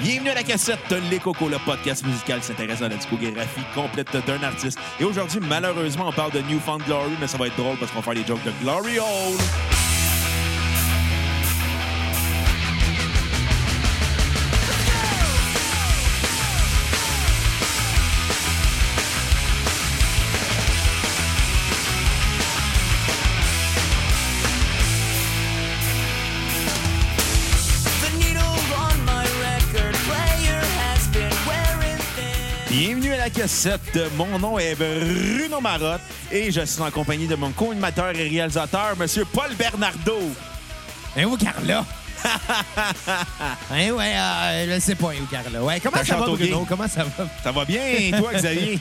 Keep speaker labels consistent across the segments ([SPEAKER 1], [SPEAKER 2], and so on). [SPEAKER 1] Bienvenue à la cassette de Les Cocos, le podcast musical qui s'intéresse à la discographie complète d'un artiste. Et aujourd'hui, malheureusement, on parle de Newfound Glory, mais ça va être drôle parce qu'on va faire des jokes de Glory Hole.
[SPEAKER 2] The needle on my record player has been wearing thin.
[SPEAKER 1] Bienvenue à la cassette. Mon nom est Bruno Marotte et je suis en compagnie de mon co-animateur et réalisateur, Monsieur Paul Bernardo.
[SPEAKER 3] Hein, où Carla? hein, ouais, euh, je sais pas, hein, où Carla. Ouais, comment
[SPEAKER 1] T'as
[SPEAKER 3] ça va,
[SPEAKER 1] chanté au
[SPEAKER 3] Bruno?
[SPEAKER 1] gay.
[SPEAKER 3] Comment ça va?
[SPEAKER 1] Ça va bien, et toi, Xavier?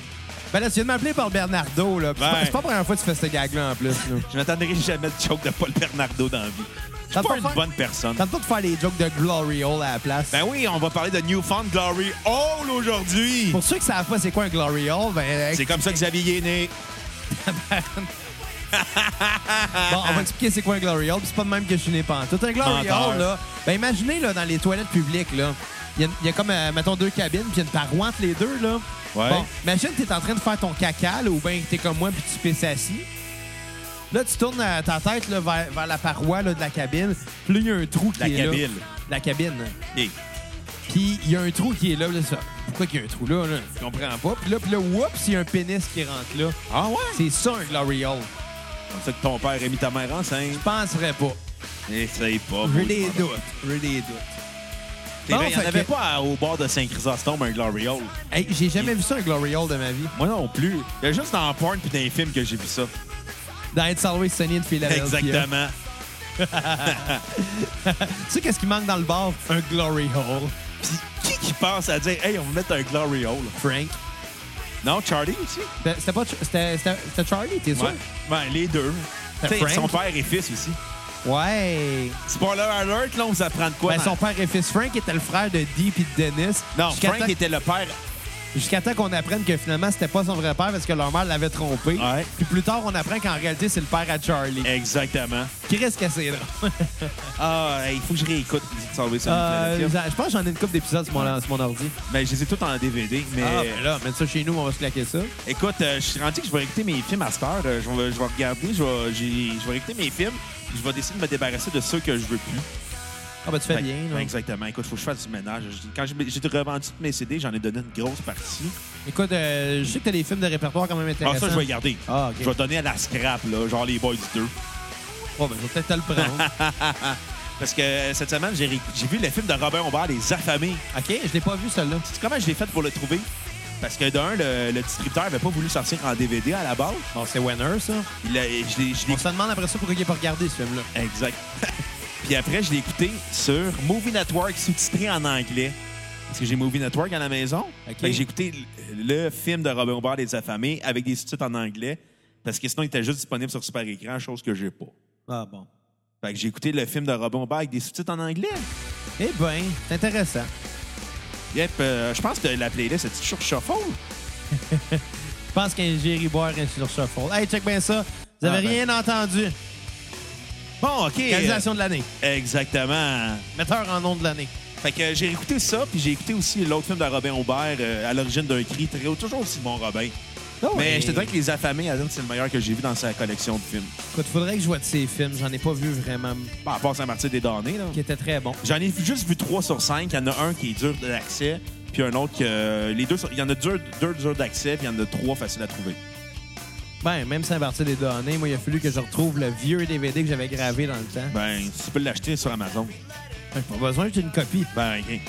[SPEAKER 3] Ben là, tu viens de m'appeler par Bernardo, là. Puis c'est
[SPEAKER 1] Ben.
[SPEAKER 3] pas- C'est pas la première fois que tu fais ce gag-là, en plus, là.
[SPEAKER 1] Je n'attendrai jamais de joke de Paul Bernardo dans la vie. Je suis
[SPEAKER 3] Ça te
[SPEAKER 1] pas
[SPEAKER 3] fait
[SPEAKER 1] une
[SPEAKER 3] faire-
[SPEAKER 1] bonne personne.
[SPEAKER 3] Tente pas de faire les jokes de Glory Hole à la place.
[SPEAKER 1] Ben oui, on va parler de Newfound Glory Hole aujourd'hui.
[SPEAKER 3] Pour ceux qui savent pas c'est quoi un Glory Hole, ben... euh,
[SPEAKER 1] C'est comme ça que Xavier est né.
[SPEAKER 3] Bon, on va expliquer c'est quoi un glory hole, puis c'est pas de même que je suis né pantoute. Un glory
[SPEAKER 1] Menteur.
[SPEAKER 3] hole, là, ben imaginez, là, dans les toilettes publiques, là, il y, a- il y a comme, euh, mettons, deux cabines, puis il y a une paroi entre les deux, là.
[SPEAKER 1] Ouais.
[SPEAKER 3] Bon, imagine que t'es en train de faire ton caca, là, ou bien que t'es comme moi, puis tu pisses assis. Là, tu tournes euh, ta tête là, vers, vers la paroi là, de la cabine, puis là, il y a un trou qui
[SPEAKER 1] La
[SPEAKER 3] est là.
[SPEAKER 1] cabine.
[SPEAKER 3] La cabine.
[SPEAKER 1] Hey,
[SPEAKER 3] Puis il y a un trou qui est là, là, ça. Pourquoi qu'il y a un trou là, là? Je comprends pas. Puis là, puis là, oups, il y a un pénis qui rentre là.
[SPEAKER 1] Ah ouais?
[SPEAKER 3] C'est ça, un glory hole.
[SPEAKER 1] C'est comme ça que ton père a mis ta mère enceinte.
[SPEAKER 3] Je penserais pas.
[SPEAKER 1] Essaye pas.
[SPEAKER 3] J'ai
[SPEAKER 1] moi, je
[SPEAKER 3] des
[SPEAKER 1] m'en
[SPEAKER 3] doutes. J'ai des doutes.
[SPEAKER 1] T'es
[SPEAKER 3] Non,
[SPEAKER 1] vrai, il n'y en
[SPEAKER 3] fait
[SPEAKER 1] avait
[SPEAKER 3] que-
[SPEAKER 1] pas à- au bord de Saint-Chrysostome un glory hole.
[SPEAKER 3] Hey, j'ai jamais vu ça un glory hole de ma vie.
[SPEAKER 1] Moi non plus. Il y a juste dans porn puis dans les films que j'ai vu ça.
[SPEAKER 3] Dans It's Always Sunny in Philadelphia.
[SPEAKER 1] Exactement.
[SPEAKER 3] Tu sais qu'est-ce qui manque dans le bar? Un glory hole.
[SPEAKER 1] Puis qui qui pense à dire, hey, on va mettre un glory hole?
[SPEAKER 3] Frank.
[SPEAKER 1] Non, Charlie aussi?
[SPEAKER 3] Ben, C'était pas... Ch- C'était c'était- c'était Charlie, t'es sûr?
[SPEAKER 1] Ouais. Ben, les deux.
[SPEAKER 3] T'as
[SPEAKER 1] T'sais,
[SPEAKER 3] Frank?
[SPEAKER 1] Son père et fils aussi.
[SPEAKER 3] Ouais.
[SPEAKER 1] Spoiler alert, là, on vous apprend de quoi?
[SPEAKER 3] Ben,
[SPEAKER 1] dans-
[SPEAKER 3] son père et fils Frank était le frère de Dee et de Dennis.
[SPEAKER 1] Non,
[SPEAKER 3] Jusqu'à
[SPEAKER 1] Frank
[SPEAKER 3] temps-
[SPEAKER 1] était le père.
[SPEAKER 3] Jusqu'à temps qu'on apprenne que finalement, c'était pas son vrai père parce que leur mère l'avait trompé.
[SPEAKER 1] Ouais.
[SPEAKER 3] Puis plus tard, on apprend qu'en réalité, c'est le père à Charlie.
[SPEAKER 1] Exactement.
[SPEAKER 3] Qu'est-ce que c'est, là?
[SPEAKER 1] Ah, hey, il faut que je réécoute Salvé sur
[SPEAKER 3] Euh, je pense que j'en ai une couple d'épisodes sur mon, sur mon ordi.
[SPEAKER 1] Mais Ben, je les ai tous en DVD. Mais
[SPEAKER 3] Ah, ben là, mets ça chez nous, on va se claquer ça.
[SPEAKER 1] écoute, euh, je suis rendu que je vais écouter mes films à cette heure. Euh, je, vais, je vais regarder, je vais, j'ai- je vais écouter mes films. puis Je vais décider de me débarrasser de ceux que je veux plus.
[SPEAKER 3] Ah, ben tu fais
[SPEAKER 1] Fait-
[SPEAKER 3] bien,
[SPEAKER 1] ben,
[SPEAKER 3] là.
[SPEAKER 1] Exactement. Écoute, faut que je fasse du ménage. Je- Quand j'ai j'ai revendu tous mes CD, j'en ai donné une grosse partie.
[SPEAKER 3] Écoute, euh, je sais que t'as des films de répertoire quand même
[SPEAKER 1] Ah,
[SPEAKER 3] intéressants.
[SPEAKER 1] ça, je vais les garder.
[SPEAKER 3] Ah, ok.
[SPEAKER 1] Je vais donner à la scrap, là, genre les Boys 2.
[SPEAKER 3] Oh, ben, je vais peut-être te le prendre.
[SPEAKER 1] Parce que euh, cette semaine, j'ai ré- j'ai vu le film de Robert Humbert, Les Affamés.
[SPEAKER 3] OK, je l'ai pas vu, celui-là.
[SPEAKER 1] Sais-tu comment je l'ai fait pour le trouver? Parce que d'un, le, le distributeur n'avait pas voulu sortir en DVD à la base.
[SPEAKER 3] Bon, c'est Winner, ça.
[SPEAKER 1] Il a- je l'ai- je l'ai
[SPEAKER 3] On se demande après ça pourquoi il n'a pas regardé, ce film-là.
[SPEAKER 1] Exact. Puis après, je l'ai écouté sur Movie Network sous-titré en anglais. Parce que j'ai Movie Network à la maison.
[SPEAKER 3] Ok.
[SPEAKER 1] Fait que J'ai écouté le le film de Robert Humbert des Affamés avec des sous-titres en anglais. Parce que sinon, il était juste disponible sur super écran, chose que j'ai pas.
[SPEAKER 3] Ah, bon.
[SPEAKER 1] Fait que j'ai écouté le film de Robert Humbert avec des sous-titres en anglais.
[SPEAKER 3] Eh ben, c'est intéressant.
[SPEAKER 1] Yep, euh, je pense que la playlist est sur Shuffle.
[SPEAKER 3] Je pense qu'un Jerry Boire est sur Shuffle. Hey, check bien ça. Vous avez
[SPEAKER 1] Ah, ben.
[SPEAKER 3] rien entendu.
[SPEAKER 1] Bon, OK.
[SPEAKER 3] Réalisation de l'année.
[SPEAKER 1] Euh, Exactement.
[SPEAKER 3] Metteur en nom de l'année.
[SPEAKER 1] Fait que euh, j'ai écouté ça, puis j'ai écouté aussi l'autre film de Robin Aubert, euh, à l'origine d'un cri, très, toujours aussi bon, Robin.
[SPEAKER 3] Ah
[SPEAKER 1] Mais je te dirais que Les Affamés, Adam, c'est le meilleur que j'ai vu dans sa collection de films.
[SPEAKER 3] Écoute, faudrait que je voie de ces films. J'en ai pas vu vraiment
[SPEAKER 1] Par rapport à Saint-Martin des Damnés, là.
[SPEAKER 3] qui étaient très bons.
[SPEAKER 1] J'en ai juste vu trois sur cinq. Il y en a un qui est dur d'accès, puis un autre que. euh, les deux, sont- il y en a deux, deux durs d'accès, puis il y en a trois faciles à trouver.
[SPEAKER 3] Ben, même sans partir des données, moi, il a fallu que je retrouve le vieux DVD que j'avais gravé dans le temps.
[SPEAKER 1] Ben, tu peux l'acheter sur Amazon.
[SPEAKER 3] J'ai pas besoin, j'ai une copie.
[SPEAKER 1] Ben, ok.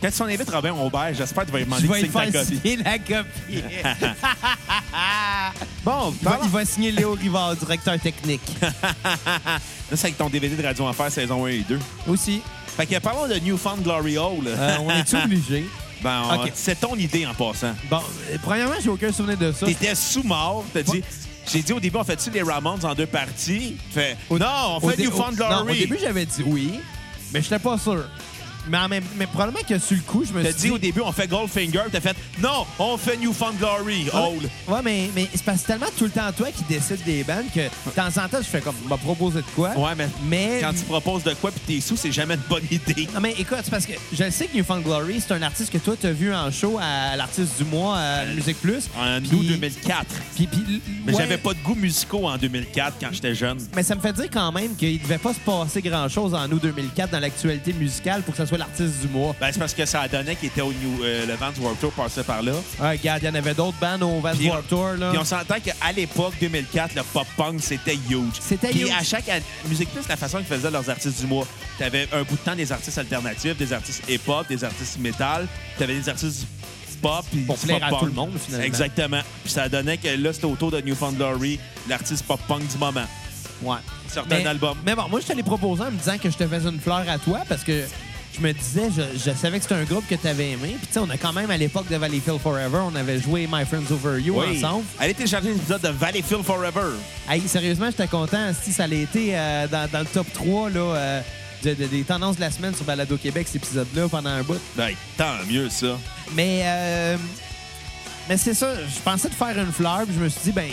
[SPEAKER 1] Quand tu en invites Robin Aubert, j'espère que tu vas lui
[SPEAKER 3] Tu
[SPEAKER 1] demander
[SPEAKER 3] vas
[SPEAKER 1] de
[SPEAKER 3] lui
[SPEAKER 1] signer ta
[SPEAKER 3] faire
[SPEAKER 1] copie.
[SPEAKER 3] signer la copie.
[SPEAKER 1] Bon,
[SPEAKER 3] il, va, il va signer Léo Rivard, directeur technique.
[SPEAKER 1] Là, c'est avec ton DVD de Radio Enfer saison 1 et 2.
[SPEAKER 3] Aussi.
[SPEAKER 1] Fait que parlons de Newfound Glory Hole.
[SPEAKER 3] Euh, on est obligé.
[SPEAKER 1] Ben, on-
[SPEAKER 3] Ok.
[SPEAKER 1] c'est ton idée en passant.
[SPEAKER 3] Bon, euh, premièrement, j'ai aucun souvenir de ça.
[SPEAKER 1] T'étais sous-mort. T'as dit. J'ai dit au début, on fait-tu les Ramones en deux parties? Fait, non, on fait
[SPEAKER 3] dé-
[SPEAKER 1] Newfound
[SPEAKER 3] au- non, au
[SPEAKER 1] Glory.
[SPEAKER 3] début, j'avais dit oui, mais j'étais pas sûr. Mais, en même- mais probablement que sur le coup, je me
[SPEAKER 1] T'as
[SPEAKER 3] suis
[SPEAKER 1] dit au début, on fait Goldfinger, t'as fait non, on fait Newfound Glory, Oh, Hole.
[SPEAKER 3] Ah, Ouais, mais, mais c'est parce que c'est tellement tout le temps toi qui décides des bandes que de temps en temps, je fais comme, m'a proposé de quoi.
[SPEAKER 1] Ouais, mais,
[SPEAKER 3] Mais-
[SPEAKER 1] quand tu proposes de quoi puis t'es sous, c'est jamais une bonne idée.
[SPEAKER 3] Non, mais écoute, c'est parce que je le sais que Newfound Glory, c'est un artiste que toi, t'as vu en show à l'artiste du mois à Musique Plus.
[SPEAKER 1] Euh, En
[SPEAKER 3] Puis-
[SPEAKER 1] août 2004.
[SPEAKER 3] Puis, puis-
[SPEAKER 1] Mais
[SPEAKER 3] ouais.
[SPEAKER 1] j'avais pas de goût musicaux en 2004 quand j'étais jeune.
[SPEAKER 3] Mais ça me fait dire quand même qu'il devait pas se passer grand-chose en août 2004 dans l'actualité musicale pour que ça soit l'artiste du mois.
[SPEAKER 1] Ben, c'est parce que ça donnait qu'il était au New, euh, le Vans Warped Tour passait par là.
[SPEAKER 3] Ah, regarde, il y en avait d'autres bandes au Vans
[SPEAKER 1] Puis on-
[SPEAKER 3] Warped Tour, là.
[SPEAKER 1] Puis on s'entend qu'à l'époque, 2004, le pop-punk, c'était huge.
[SPEAKER 3] C'était
[SPEAKER 1] Puis
[SPEAKER 3] huge.
[SPEAKER 1] à chaque année, Musique Plus, la façon qu'ils faisaient leurs artistes du mois, t'avais un bout de temps des artistes alternatifs, des artistes hip-hop, des artistes métal, t'avais des artistes pop. puis
[SPEAKER 3] Pour
[SPEAKER 1] du
[SPEAKER 3] plaire à
[SPEAKER 1] pop-punk.
[SPEAKER 3] tout le monde, finalement.
[SPEAKER 1] Exactement. Puis ça donnait que là, c'était autour de Newfound Glory, l'artiste pop-punk du moment.
[SPEAKER 3] Ouais.
[SPEAKER 1] Certains
[SPEAKER 3] mais,
[SPEAKER 1] albums.
[SPEAKER 3] Mais bon, moi, je te l'ai proposé en me disant que je te faisais une fleur à toi parce que je me disais, je, je savais que c'était un groupe que tu avais aimé. Puis, tu sais, on a quand même, à l'époque de Valleyfield Forever, on avait joué My Friends Over You ensemble.
[SPEAKER 1] Allez télécharger l'épisode de Valleyfield Forever.
[SPEAKER 3] Hey, sérieusement, j'étais content si ça l'était été euh, dans, dans le top 3 là, euh, de- de- des tendances de la semaine sur Balado Québec, cet épisode-là, pendant un bout.
[SPEAKER 1] Ben, tant mieux, ça.
[SPEAKER 3] Mais, euh, mais c'est ça, je pensais de faire une fleur, puis je me suis dit, ben,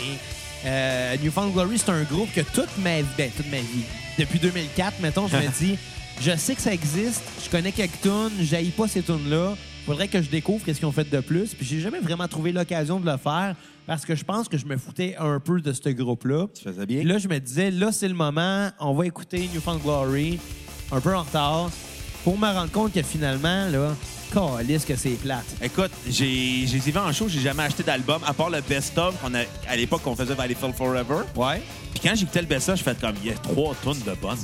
[SPEAKER 3] euh, Newfound Glory, c'est un groupe que toute ma vie, ben, toute ma vie, depuis 2004, mettons, je me dis, je sais que ça existe, je connais quelques tunes, j'haïs pas ces tunes-là, faudrait que je découvre qu'est-ce qu'ils ont fait de plus, puis j'ai jamais vraiment trouvé l'occasion de le faire, parce que je pense que je me foutais un peu de ce groupe-là.
[SPEAKER 1] Tu faisais bien.
[SPEAKER 3] Puis là, je me disais, là, c'est le moment, on va écouter Newfound Glory, un peu en retard, pour me rendre compte que finalement, là, calisse que c'est plate.
[SPEAKER 1] Écoute, j'ai j'ai vu en show, j'ai jamais acheté d'album, à part le Best of qu'on a à l'époque qu'on faisait Valleyfield Forever.
[SPEAKER 3] Ouais.
[SPEAKER 1] Puis quand j'écoutais le Best of, je fais comme il y a trois tonnes de bonnes.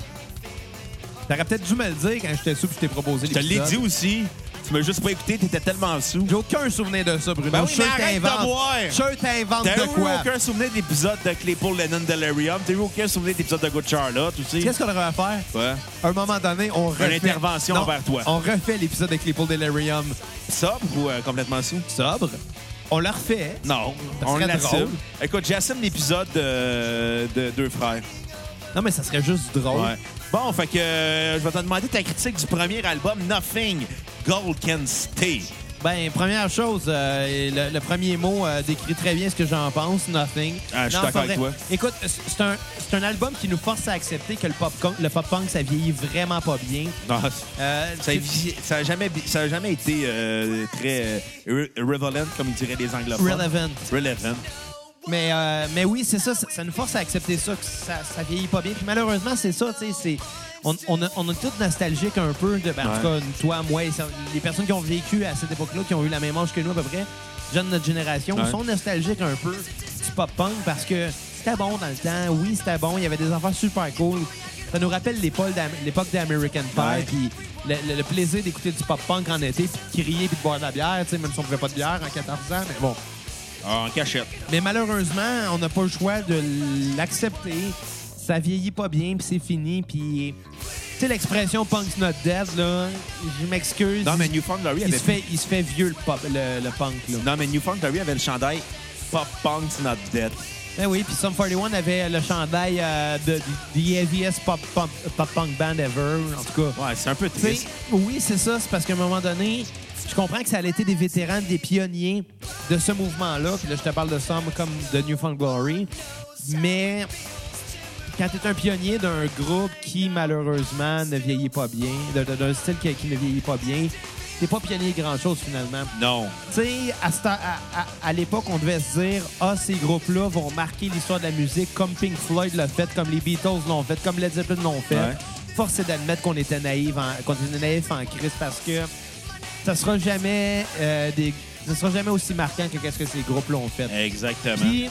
[SPEAKER 3] T'aurais peut-être dû me le dire quand j'étais sous puis je t'ai proposé
[SPEAKER 1] Je te l'ai
[SPEAKER 3] l'épisode.
[SPEAKER 1] dit aussi. Tu m'as juste pas écouté, t'étais tellement sous.
[SPEAKER 3] J'ai aucun souvenir de ça, Bruno.
[SPEAKER 1] Ben oui,
[SPEAKER 3] Je suis
[SPEAKER 1] mais
[SPEAKER 3] sûr que
[SPEAKER 1] arrête de
[SPEAKER 3] t'inventes-
[SPEAKER 1] boire.
[SPEAKER 3] Je suis sûr que t'inventes
[SPEAKER 1] T'as eu
[SPEAKER 3] de quoi.
[SPEAKER 1] aucun souvenir de l'épisode de Claypool Lennon Delirium. T'as eu aucun souvenir de l'épisode de Good Charlotte aussi.
[SPEAKER 3] Qu'est-ce qu'on devrait faire?
[SPEAKER 1] Ouais.
[SPEAKER 3] À un moment donné, on refait...
[SPEAKER 1] intervention
[SPEAKER 3] Non,
[SPEAKER 1] envers toi.
[SPEAKER 3] On refait l'épisode avec les poules Delirium
[SPEAKER 1] Sobre ou euh, complètement sous?
[SPEAKER 3] sobre. On le refait.
[SPEAKER 1] Non,
[SPEAKER 3] Ça
[SPEAKER 1] on
[SPEAKER 3] serait
[SPEAKER 1] l'assume.
[SPEAKER 3] drôle.
[SPEAKER 1] Écoute, j'assume l'épisode de, de Deux Frères.
[SPEAKER 3] Non, mais ça serait juste drôle.
[SPEAKER 1] Ouais. Bon, fait que euh, je vais te demander ta critique du premier album Nothing Gold Can Stay.
[SPEAKER 3] Ben, première chose, euh, le, le premier mot euh, décrit très bien ce que j'en pense, nothing.
[SPEAKER 1] Ah, je suis d'accord
[SPEAKER 3] Non, c'est vrai.
[SPEAKER 1] avec toi.
[SPEAKER 3] Écoute, c'est c'est un, c'est un album qui nous force à accepter que le pop-punk, le pop-punk, ça vieillit vraiment pas bien.
[SPEAKER 1] Non,
[SPEAKER 3] Euh,
[SPEAKER 1] ça
[SPEAKER 3] c'est-
[SPEAKER 1] n'a jamais, bi- ça a jamais été euh, très euh, re- relevant, comme diraient les anglophones.
[SPEAKER 3] Relevant.
[SPEAKER 1] Relevant.
[SPEAKER 3] Mais, euh, mais oui, c'est ça, ça, ça nous force à accepter ça, que ça, ça vieillit pas bien. Puis malheureusement, c'est ça, tu sais, c'est. On, on, a, on est tous nostalgiques un peu de. ben, En tout cas, toi, moi, et ça- les personnes qui ont vécu à cette époque-là, qui ont eu la même âge que nous à peu près, jeunes de notre génération,
[SPEAKER 1] Ouais.
[SPEAKER 3] sont nostalgiques un peu du pop-punk parce que c'était bon dans le temps, oui, c'était bon, il y avait des affaires super cool. Ça nous rappelle l'époque d'Am- l'époque d'American Pie,
[SPEAKER 1] Ouais.
[SPEAKER 3] puis le, le- le plaisir d'écouter du pop-punk en été, puis de crier, puis de boire de la bière, tu sais, même si on ne pouvait pas de bière en 14 ans, mais bon.
[SPEAKER 1] Ah, En cachette.
[SPEAKER 3] Mais malheureusement, on n'a pas le choix de l'accepter. Ça vieillit pas bien, puis c'est fini. Puis, tu sais, l'expression punk's not dead, là, je m'excuse.
[SPEAKER 1] Non, mais Newfound Glory
[SPEAKER 3] il,
[SPEAKER 1] avait...
[SPEAKER 3] se fait, il se fait vieux, le, pop- le, le punk, là.
[SPEAKER 1] Non, mais Newfound Glory avait le chandail Pop Punk's Not Dead.
[SPEAKER 3] Ben oui, puis Sum 41 avait le chandail euh, de, du- the heaviest pop, pop, pop punk band ever, en tout cas.
[SPEAKER 1] Ouais, c'est un peu
[SPEAKER 3] Tu sais,
[SPEAKER 1] triste.
[SPEAKER 3] oui, c'est ça. C'est parce qu'à un moment donné, je comprends que ça allait être des vétérans, des pionniers de ce mouvement-là. Puis là, je te parle de Somme comme de Newfound Glory. Mais quand tu es un pionnier d'un groupe qui, malheureusement, ne vieillit pas bien, d'un- d'un d'un style qui, qui ne vieillit pas bien, t'es pas pionnier de grand-chose, finalement.
[SPEAKER 1] Non.
[SPEAKER 3] Tu sais, à, ce temps- à- à- à l'époque, on devait se dire Ah, ces groupes-là vont marquer l'histoire de la musique comme Pink Floyd l'a fait, comme les Beatles l'ont fait, comme Led Zeppelin l'ont fait.
[SPEAKER 1] Ouais.
[SPEAKER 3] Force est d'admettre qu'on était naïf en, qu'on était naïf en crise parce que ça sera jamais euh, des, ça sera jamais aussi marquant que qu'est-ce que ces groupes-là ont fait.
[SPEAKER 1] Exactement.
[SPEAKER 3] Puis,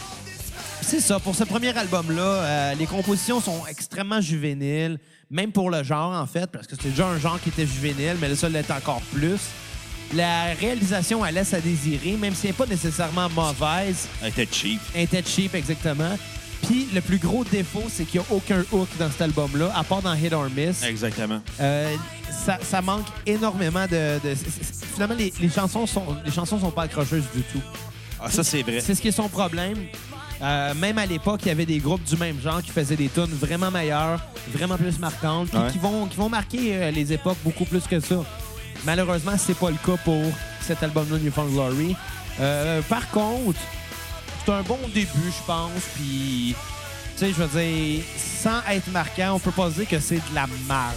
[SPEAKER 3] c'est ça. Pour ce premier album-là, euh, les compositions sont extrêmement juvéniles, même pour le genre, en fait, parce que c'était déjà un genre qui était juvénile, mais le seul l'est encore plus. La réalisation, elle laisse à désirer, même si elle n'est pas nécessairement mauvaise.
[SPEAKER 1] Elle était cheap.
[SPEAKER 3] Elle était cheap, exactement. Puis, le plus gros défaut, c'est qu'il n'y a aucun hook dans cet album-là, à part dans Hit or Miss.
[SPEAKER 1] Exactement.
[SPEAKER 3] Euh, ça, ça manque énormément de... de- c- c- finalement, les, les chansons sont, les chansons sont pas accrocheuses du tout.
[SPEAKER 1] Ah, ça, c'est vrai.
[SPEAKER 3] C'est ce qui est son problème. Euh, même à l'époque, il y avait des groupes du même genre qui faisaient des tunes vraiment meilleures, vraiment plus marquantes, puis
[SPEAKER 1] Ouais.
[SPEAKER 3] qui, vont, qui vont marquer euh, les époques beaucoup plus que ça. Malheureusement, c'est pas le cas pour cet album-là, Newfound Glory. Euh, par contre, c'est un bon début, je pense. Puis, tu sais, je veux dire, sans être marquant, on peut pas dire que c'est de la marde.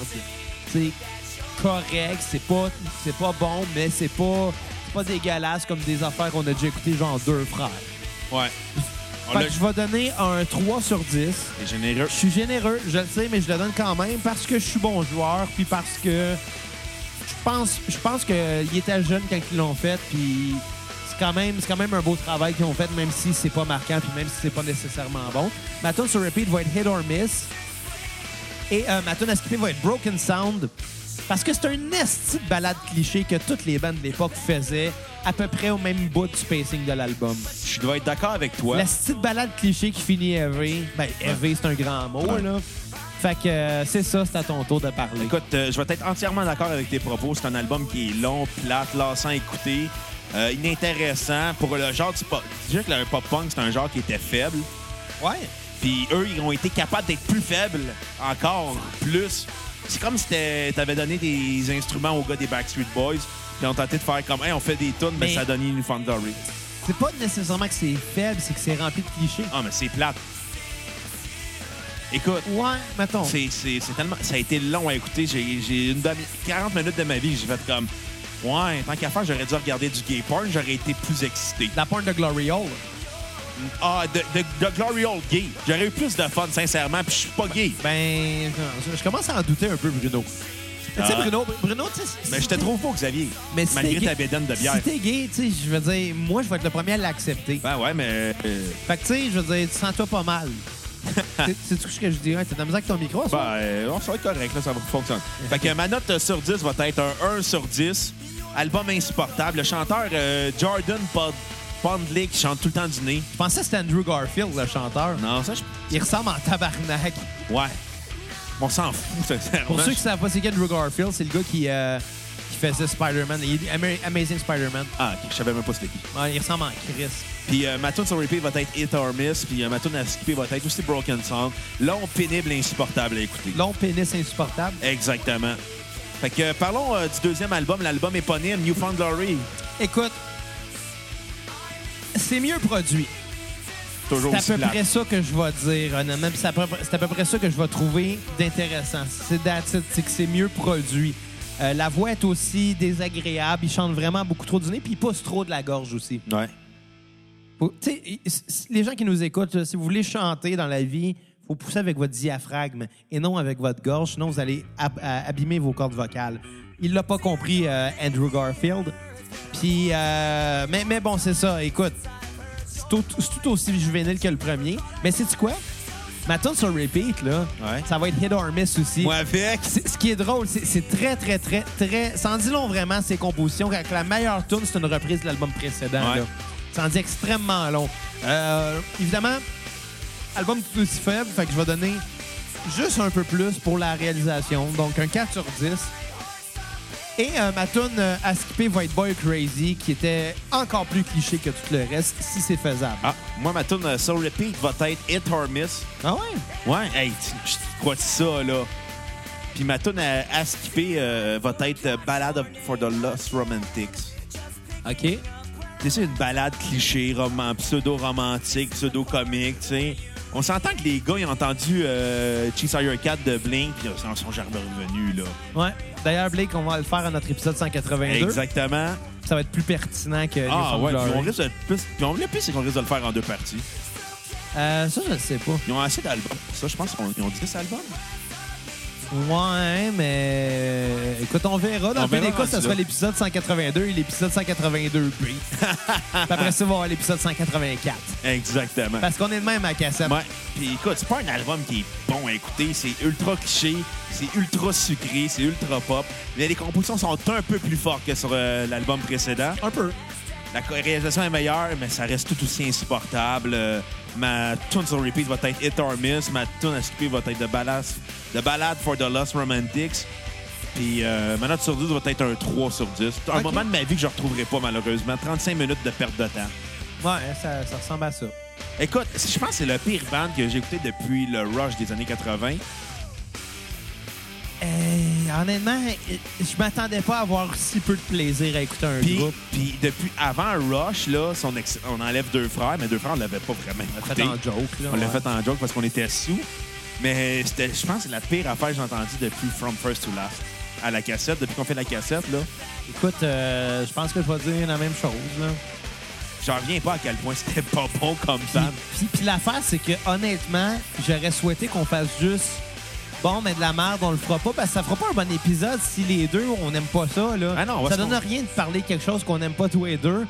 [SPEAKER 3] C'est correct, c'est pas, c'est pas bon, mais c'est pas, c'est pas dégueulasse comme des affaires qu'on a déjà écoutées, genre deux frères.
[SPEAKER 1] Ouais. On
[SPEAKER 3] Fait
[SPEAKER 1] l'a
[SPEAKER 3] que je vais donner un 3 sur 10.
[SPEAKER 1] C'est généreux.
[SPEAKER 3] Je suis généreux, je le sais, mais je le donne quand même parce que je suis bon joueur, puis parce que je pense, je pense euh, qu'ils étaient jeunes quand ils l'ont fait, puis c'est quand même, c'est quand même un beau travail qu'ils ont fait, même si c'est pas marquant, puis même si c'est pas nécessairement bon. Ma tune sur repeat va être Hit or Miss, et euh, ma tune à skipper va être Broken Sound, parce que c'est un esti de balade cliché que toutes les bandes de l'époque faisaient à peu près au même bout du spacing de l'album.
[SPEAKER 1] Je dois être d'accord avec toi.
[SPEAKER 3] La petite balade cliché qui finit Every. Ben, Every, c'est un grand mot,
[SPEAKER 1] Ouais.
[SPEAKER 3] là. Fait que euh, c'est ça, c'est à ton tour de parler.
[SPEAKER 1] Écoute, euh, je vais être entièrement d'accord avec tes propos. C'est un album qui est long, plate, lassant à écouter, euh, inintéressant. Pour le genre du pop... Je dirais que le pop-punk, c'est un genre qui était faible.
[SPEAKER 3] ouais.
[SPEAKER 1] Puis eux, ils ont été capables d'être plus faibles encore, plus. C'est comme si t'es- t'avais donné des instruments aux gars des Backstreet Boys, puis ont tenté de faire comme, hey, on fait des tunes, mais
[SPEAKER 3] Mais-
[SPEAKER 1] ça a donné une Glory.
[SPEAKER 3] C'est pas nécessairement que c'est faible, c'est que c'est rempli de clichés.
[SPEAKER 1] Ah, mais c'est plate. Écoute,
[SPEAKER 3] Ouais, mettons.
[SPEAKER 1] c'est c'est- c'est tellement. Ça a été long à écouter. J'ai j'ai une demi- 40 minutes de ma vie, j'ai fait comme, ouais, tant qu'à faire, j'aurais dû regarder du gay porn, j'aurais été plus excité.
[SPEAKER 3] La pointe de Glory Hole.
[SPEAKER 1] Ah, de, de, de Glory Hole gay. J'aurais eu plus de fun, sincèrement, puis je suis pas gay.
[SPEAKER 3] Ben, je- je commence à en douter un peu, Bruno. Tu sais,
[SPEAKER 1] Ah.
[SPEAKER 3] Bruno, Bruno, tu sais... si-
[SPEAKER 1] Mais je te trouve beau, Xavier.
[SPEAKER 3] Mais si
[SPEAKER 1] malgré
[SPEAKER 3] t'es gay-
[SPEAKER 1] ta bédaine de bière.
[SPEAKER 3] Si t'es gay, tu sais, je veux dire, moi, je vais être le premier à l'accepter.
[SPEAKER 1] Ben ouais, mais. euh,
[SPEAKER 3] Fait que, tu sais, je veux dire, sens-toi pas mal. C'est- C'est tout ce que je dirais. T'as de la misère avec ton micro,
[SPEAKER 1] Ben,
[SPEAKER 3] ça?
[SPEAKER 1] euh, on va être correct, là, ça va fonctionner. Fait que ma note sur 10 va être un 1 sur 10. Album insupportable. Le chanteur euh, Jordan Pod Pondley qui chante tout le temps du nez.
[SPEAKER 3] Je pensais que c'était Andrew Garfield, le chanteur.
[SPEAKER 1] Non, ça, je...
[SPEAKER 3] Il ressemble en tabarnak.
[SPEAKER 1] Ouais. On s'en fout, sincèrement.
[SPEAKER 3] Pour ceux qui savent pas, c'est qui Andrew Garfield? C'est le gars qui, euh, qui faisait Spider-Man, Il- Ama- Amazing Spider-Man.
[SPEAKER 1] Ah, ok, je savais même pas c'était qui.
[SPEAKER 3] Ouais, il ressemble en Chris.
[SPEAKER 1] Puis euh, ma tune sur repeat va être Hit or Miss. Puis euh, ma tune à skipper va être aussi Broken Sound. Long, pénible, insupportable à écouter.
[SPEAKER 3] Long pénis insupportable.
[SPEAKER 1] Exactement. Fait que euh, parlons euh, du deuxième album, l'album éponyme, Newfound Glory.
[SPEAKER 3] Écoute, c'est mieux produit.
[SPEAKER 1] Toujours
[SPEAKER 3] C'est à
[SPEAKER 1] aussi
[SPEAKER 3] peu
[SPEAKER 1] plate.
[SPEAKER 3] près ça que je vais dire, honnêtement. Puis C'est à, peu près- c'est à peu près ça que je vais trouver d'intéressant. C'est that's it. C'est que c'est mieux produit. Euh, la voix est aussi désagréable. Il chante vraiment beaucoup trop du nez, puis il pousse trop de la gorge aussi.
[SPEAKER 1] Ouais.
[SPEAKER 3] Faut- tu sais, i- s- s- les gens qui nous écoutent, là, si vous voulez chanter dans la vie, faut pousser avec votre diaphragme et non avec votre gorge, sinon vous allez ab- a- abîmer vos cordes vocales. Il l'a pas compris, euh, Andrew Garfield. Puis, euh, mais, mais bon, c'est ça. Écoute, c'est tout, c'est tout aussi juvénile que le premier. Mais c'est quoi? Ma tune sur repeat, là,
[SPEAKER 1] Ouais.
[SPEAKER 3] ça va être Hit or Miss aussi.
[SPEAKER 1] Moi avec.
[SPEAKER 3] C'est- Ce qui est drôle, c'est- c'est très, très, très, très. Ça en dit long vraiment, ces compositions. Quand la meilleure tune, c'est une reprise de l'album précédent.
[SPEAKER 1] Ouais.
[SPEAKER 3] là. Ça en dit extrêmement long. Euh, évidemment, album tout aussi faible, fait que je vais donner juste un peu plus pour la réalisation. Donc, un 4 sur 10. Et euh, ma tune euh, à skipper va être Boy Crazy, qui était encore plus cliché que tout le reste, si c'est faisable.
[SPEAKER 1] Ah, moi, ma tune euh, sur repeat va être Hit or Miss.
[SPEAKER 3] Ah ouais?
[SPEAKER 1] Ouais, hey, tu- je crois ça, là. Puis ma tune à, à skipper euh, va être euh, Ballad of- for the Lost Romantics.
[SPEAKER 3] OK.
[SPEAKER 1] Tu sais, C'est une balade cliché, roman, pseudo-romantique, pseudo-comique, tu sais. On s'entend que les gars, ils ont entendu euh, Cheesire 4 de Blink, puis ils en sont jamais revenus, là.
[SPEAKER 3] Ouais. D'ailleurs, Blake, on va le faire à notre épisode 182.
[SPEAKER 1] Exactement.
[SPEAKER 3] Ça va être plus pertinent que
[SPEAKER 1] Ah
[SPEAKER 3] Newfound
[SPEAKER 1] ouais, puis
[SPEAKER 3] Glory.
[SPEAKER 1] on risque de plus- puis on- le plus, c'est qu'on risque de le faire en deux parties.
[SPEAKER 3] Euh, ça, je le sais pas.
[SPEAKER 1] Ils ont assez d'albums. Ça, je pense qu'ils ont 10 albums.
[SPEAKER 3] Ouais, mais. euh, Écoute, on verra. Dans
[SPEAKER 1] On
[SPEAKER 3] le pire des
[SPEAKER 1] verra
[SPEAKER 3] cas, ça
[SPEAKER 1] rendu
[SPEAKER 3] sera
[SPEAKER 1] là.
[SPEAKER 3] l'épisode 182 et l'épisode 182B. Puis après ça, on va avoir l'épisode 184.
[SPEAKER 1] Exactement.
[SPEAKER 3] Parce qu'on est de même à cassette.
[SPEAKER 1] Ouais. Puis écoute, c'est pas un album qui est bon à écouter. C'est ultra cliché, c'est ultra sucré, c'est ultra pop. Mais les compositions sont un peu plus fortes que sur euh, l'album précédent.
[SPEAKER 3] Un peu.
[SPEAKER 1] La co- réalisation est meilleure, mais ça reste tout aussi insupportable. Euh, ma tune sur repeat va être Hit or Miss. Ma tune à skipper va être The Ballad, The Ballad for the Lost Romantics. Puis euh, ma note sur 10 va être un 3 sur 10. Un
[SPEAKER 3] Ok.
[SPEAKER 1] moment de ma vie que je retrouverai pas, malheureusement. 35 minutes de perte de temps.
[SPEAKER 3] Ouais, ça, ça ressemble à ça.
[SPEAKER 1] Écoute, je pense que c'est le pire band que j'ai écouté depuis le rush des années 80.
[SPEAKER 3] euh, honnêtement, je m'attendais pas à avoir si peu de plaisir à écouter un
[SPEAKER 1] Puis,
[SPEAKER 3] groupe.
[SPEAKER 1] puis depuis avant Rush, là, son ex- on enlève deux frères, mais deux frères, on l'avait pas vraiment écouté.
[SPEAKER 3] Fait en joke. Là,
[SPEAKER 1] On l'a
[SPEAKER 3] ouais.
[SPEAKER 1] fait en joke parce qu'on était sous. Mais c'était- je pense que c'est la pire affaire que j'ai entendue depuis From First to Last. À la cassette, depuis qu'on fait la cassette, là,
[SPEAKER 3] Écoute, euh, je pense que je vais dire la même chose. Là.
[SPEAKER 1] j'en reviens pas à quel point c'était pas bon comme
[SPEAKER 3] Puis,
[SPEAKER 1] ça.
[SPEAKER 3] puis- puis l'affaire, c'est que honnêtement, j'aurais souhaité qu'on fasse juste bon, mais de la merde, on le fera pas parce que ça fera pas un bon épisode si les deux on n'aime pas ça là.
[SPEAKER 1] Ah non, on va
[SPEAKER 3] ça
[SPEAKER 1] se
[SPEAKER 3] donne
[SPEAKER 1] con-
[SPEAKER 3] rien de parler de quelque chose qu'on n'aime pas tous les deux.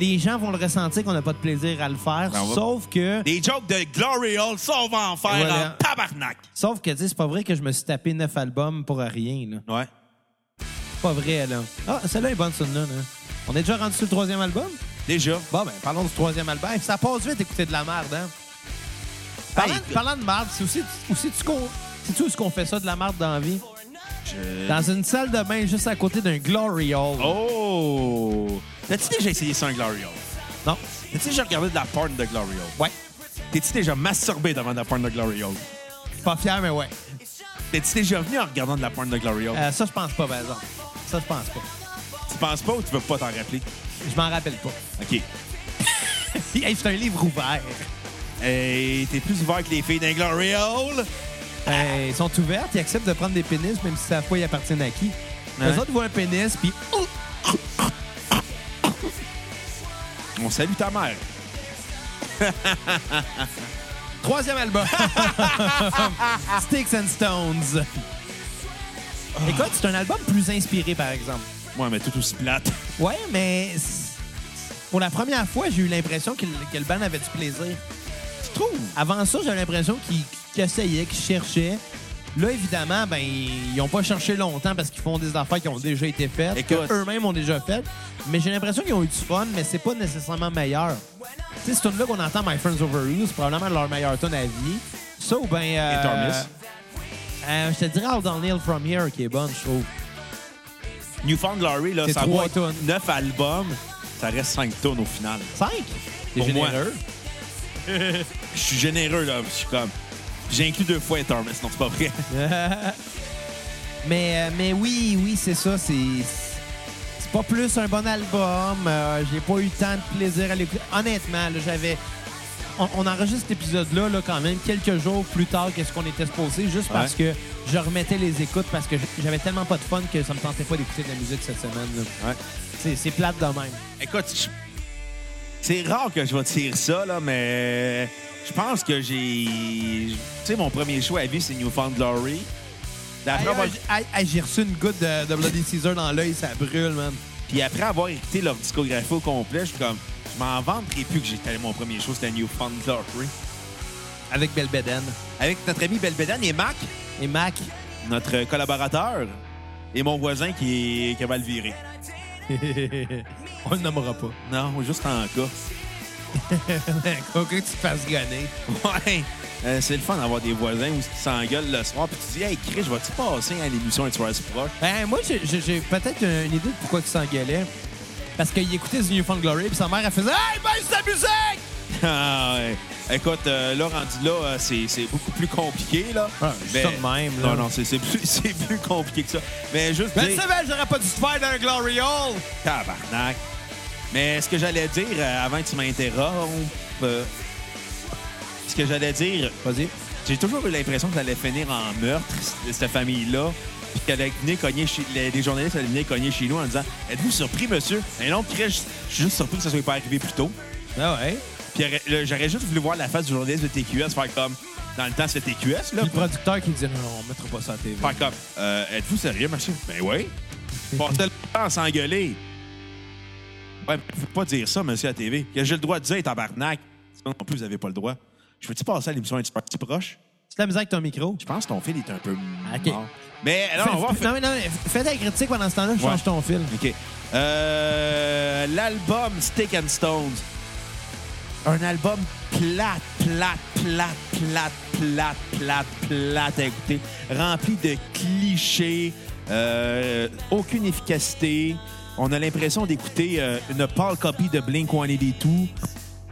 [SPEAKER 3] Les gens vont le ressentir qu'on n'a pas de plaisir à le faire,
[SPEAKER 1] Ben, on va-
[SPEAKER 3] sauf que
[SPEAKER 1] Des jokes de Glory Hall, ça, on va en faire
[SPEAKER 3] Voilà.
[SPEAKER 1] en tabarnak.
[SPEAKER 3] sauf que tu sais, c'est pas vrai que je me suis tapé neuf albums pour rien là.
[SPEAKER 1] Ouais.
[SPEAKER 3] C'est pas vrai là. Ah, celle-là est bonne celle-là. là. On est déjà rendu sur le troisième album.
[SPEAKER 1] Déjà.
[SPEAKER 3] Bon, ben, parlons du troisième album. Hey, Ça passe vite écouter de la merde, hein? Parlant,
[SPEAKER 1] Hey,
[SPEAKER 3] parlant de merde, c'est aussi, aussi tu qu'on. Sais-tu où est-ce qu'on fait ça de la merde dans la vie?
[SPEAKER 1] je-
[SPEAKER 3] Dans une salle de bain juste à côté d'un Glory Hall.
[SPEAKER 1] Oh! T'as-tu déjà essayé ça, un Glory Hall?
[SPEAKER 3] Non?
[SPEAKER 1] T'as-tu déjà regardé de la porn de Glory Hall?
[SPEAKER 3] Ouais.
[SPEAKER 1] T'es-tu déjà masturbé devant de la porn de Glory Hall?
[SPEAKER 3] Pas fier, mais ouais.
[SPEAKER 1] T'es-tu déjà venu en regardant de la porn de Glory Hall?
[SPEAKER 3] Euh, ça, je pense pas, par exemple. Ça, je pense pas.
[SPEAKER 1] Tu penses pas ou tu veux pas t'en rappeler?
[SPEAKER 3] Je m'en rappelle pas.
[SPEAKER 1] OK.
[SPEAKER 3] hey, c'est un livre ouvert.
[SPEAKER 1] Hey, t'es plus ouvert que les filles d'un Glory Hall?
[SPEAKER 3] Hey, Euh, ils sont ouverts, ils acceptent de prendre des pénis, même si ça savent pas ils appartiennent à qui.
[SPEAKER 1] Ouais.
[SPEAKER 3] Les autres voient un pénis, puis oh,
[SPEAKER 1] On salue ta mère.
[SPEAKER 3] Troisième album. Sticks and Stones. Écoute, c'est un album plus inspiré, par exemple.
[SPEAKER 1] Ouais, mais tout aussi plate.
[SPEAKER 3] Ouais, mais c- pour la première fois, j'ai eu l'impression que, le- que le band avait du plaisir.
[SPEAKER 1] Tu trouves?
[SPEAKER 3] Avant ça, j'avais l'impression qu'ils qu'ils essayaient, qu'ils cherchaient. Là, évidemment, ben ils n'ont pas cherché longtemps parce qu'ils font des affaires qui ont déjà été faites,
[SPEAKER 1] Écoute.
[SPEAKER 3] qu'eux-mêmes ont déjà faites. Mais j'ai l'impression qu'ils ont eu du fun, mais c'est pas nécessairement meilleur. Tu sais, c'est une là qu'on entend My Friends Over You, c'est probablement leur meilleur ton à vie. Ça ou ben. euh,
[SPEAKER 1] Et Tormis.
[SPEAKER 3] euh, je te dirais All Downhill From Here qui est bonne, je trouve.
[SPEAKER 1] Newfound Glory, là,
[SPEAKER 3] C'est
[SPEAKER 1] ça
[SPEAKER 3] trois
[SPEAKER 1] va être
[SPEAKER 3] tonnes.
[SPEAKER 1] neuf albums. Ça reste cinq tonnes au final.
[SPEAKER 3] Cinq? C'est
[SPEAKER 1] Pour moi.
[SPEAKER 3] généreux.
[SPEAKER 1] Je suis généreux, là. Je suis comme... J'ai inclus deux fois Ether, mais sinon, c'est pas vrai.
[SPEAKER 3] Mais, euh, mais oui, oui, c'est ça. C'est c'est pas plus un bon album. Euh, J'ai pas eu tant de plaisir à l'écouter. Honnêtement, là, j'avais. On, on enregistre cet épisode-là là, quand même quelques jours plus tard que ce qu'on était supposé, juste parce que je remettais les écoutes parce que j'avais tellement pas de fun que ça me tentait pas d'écouter de la musique cette semaine. là.
[SPEAKER 1] Ouais.
[SPEAKER 3] C'est c'est plate de même.
[SPEAKER 1] Écoute, je- c'est rare que je vais dire ça, là, mais je pense que j'ai. Tu sais, mon premier choix à vie, c'est Newfound Glory. Après
[SPEAKER 3] Aïe,
[SPEAKER 1] avoir-
[SPEAKER 3] aïe, aïe, aïe, J'ai reçu une goutte de, de Bloody Caesar dans l'œil, ça brûle, man.
[SPEAKER 1] Puis après avoir écouté leur discographie au complet, je suis comme. Je m'en vanterai plus que j'ai allé mon premier show, c'était Newfound Glory.
[SPEAKER 3] Avec Belbeden.
[SPEAKER 1] Avec notre ami Belbédane et Mac,
[SPEAKER 3] Et Mac.
[SPEAKER 1] notre collaborateur, et mon voisin qui, qui va le virer.
[SPEAKER 3] on le nommera pas.
[SPEAKER 1] Non, juste en cas.
[SPEAKER 3] Quoi que tu te fasses gagner.
[SPEAKER 1] Ouais! Euh, c'est le fun d'avoir des voisins où ils s'engueulent le soir, puis tu dis, hey Chris, vas-tu passer à l'émission un soir assez proche?
[SPEAKER 3] Ben, moi, j'ai- j'ai j'ai peut-être une idée de pourquoi il s'engueulait. Parce qu'il écoutait The Newfound Glory, puis sa mère, elle faisait Hey, baisse ta musique!
[SPEAKER 1] Ah, ouais. Écoute, euh, là, rendu là, euh, c'est c'est beaucoup plus compliqué, là.
[SPEAKER 3] Ah, je suis ça de même, là.
[SPEAKER 1] Non, non, c'est c'est plus, c'est plus compliqué que ça. Mais juste
[SPEAKER 3] Ben, tu
[SPEAKER 1] dire...
[SPEAKER 3] savais, j'aurais pas dû te faire d'un Glory Hall!
[SPEAKER 1] Tabarnak. Mais ce que j'allais dire, euh, avant que tu m'interrompes... euh, ce que j'allais dire,
[SPEAKER 3] Vas-y.
[SPEAKER 1] j'ai toujours eu l'impression que ça allait finir en meurtre, c- cette famille-là. Puis qu'elle allait venir cogner chez... Les, les journalistes allaient venir cogner chez nous en disant « Êtes-vous surpris, monsieur? » Mais non, Chris, je- je suis juste surpris que ça soit pas arrivé plus tôt.
[SPEAKER 3] Ben ouais.
[SPEAKER 1] Puis j'aurais- là, j'aurais juste voulu voir la face du journaliste de TQS faire comme... Dans le temps, c'était TQS, là.
[SPEAKER 3] Puis le producteur qui disait Non, non, on mettra pas ça à la TV.
[SPEAKER 1] Faire comme, Euh, êtes-vous sérieux, monsieur? Ben oui. Portez le temps à s'engueuler. Ouais, mais faut pas dire ça, monsieur, à TV. Que j'ai le droit de dire, tabarnak. Ça Non plus, vous avez pas le droit. Je veux-tu passer à l'émission un petit peu plus proche?
[SPEAKER 3] C'est la musique avec ton micro.
[SPEAKER 1] Je pense que ton fil est un peu
[SPEAKER 3] OK.
[SPEAKER 1] mort. Mais non, on va
[SPEAKER 3] Fais-
[SPEAKER 1] faire...
[SPEAKER 3] Non, mais non, mais fais ta critique pendant ce temps-là, je
[SPEAKER 1] Ouais.
[SPEAKER 3] Hein? change ton fil.
[SPEAKER 1] OK. Euh, L'album Stick and Stones. Un album plate, plate, plate, plate, plate, plate, plate à écouter. Rempli de clichés, euh, aucune efficacité. On a l'impression d'écouter euh, une pâle copie de Blink-182.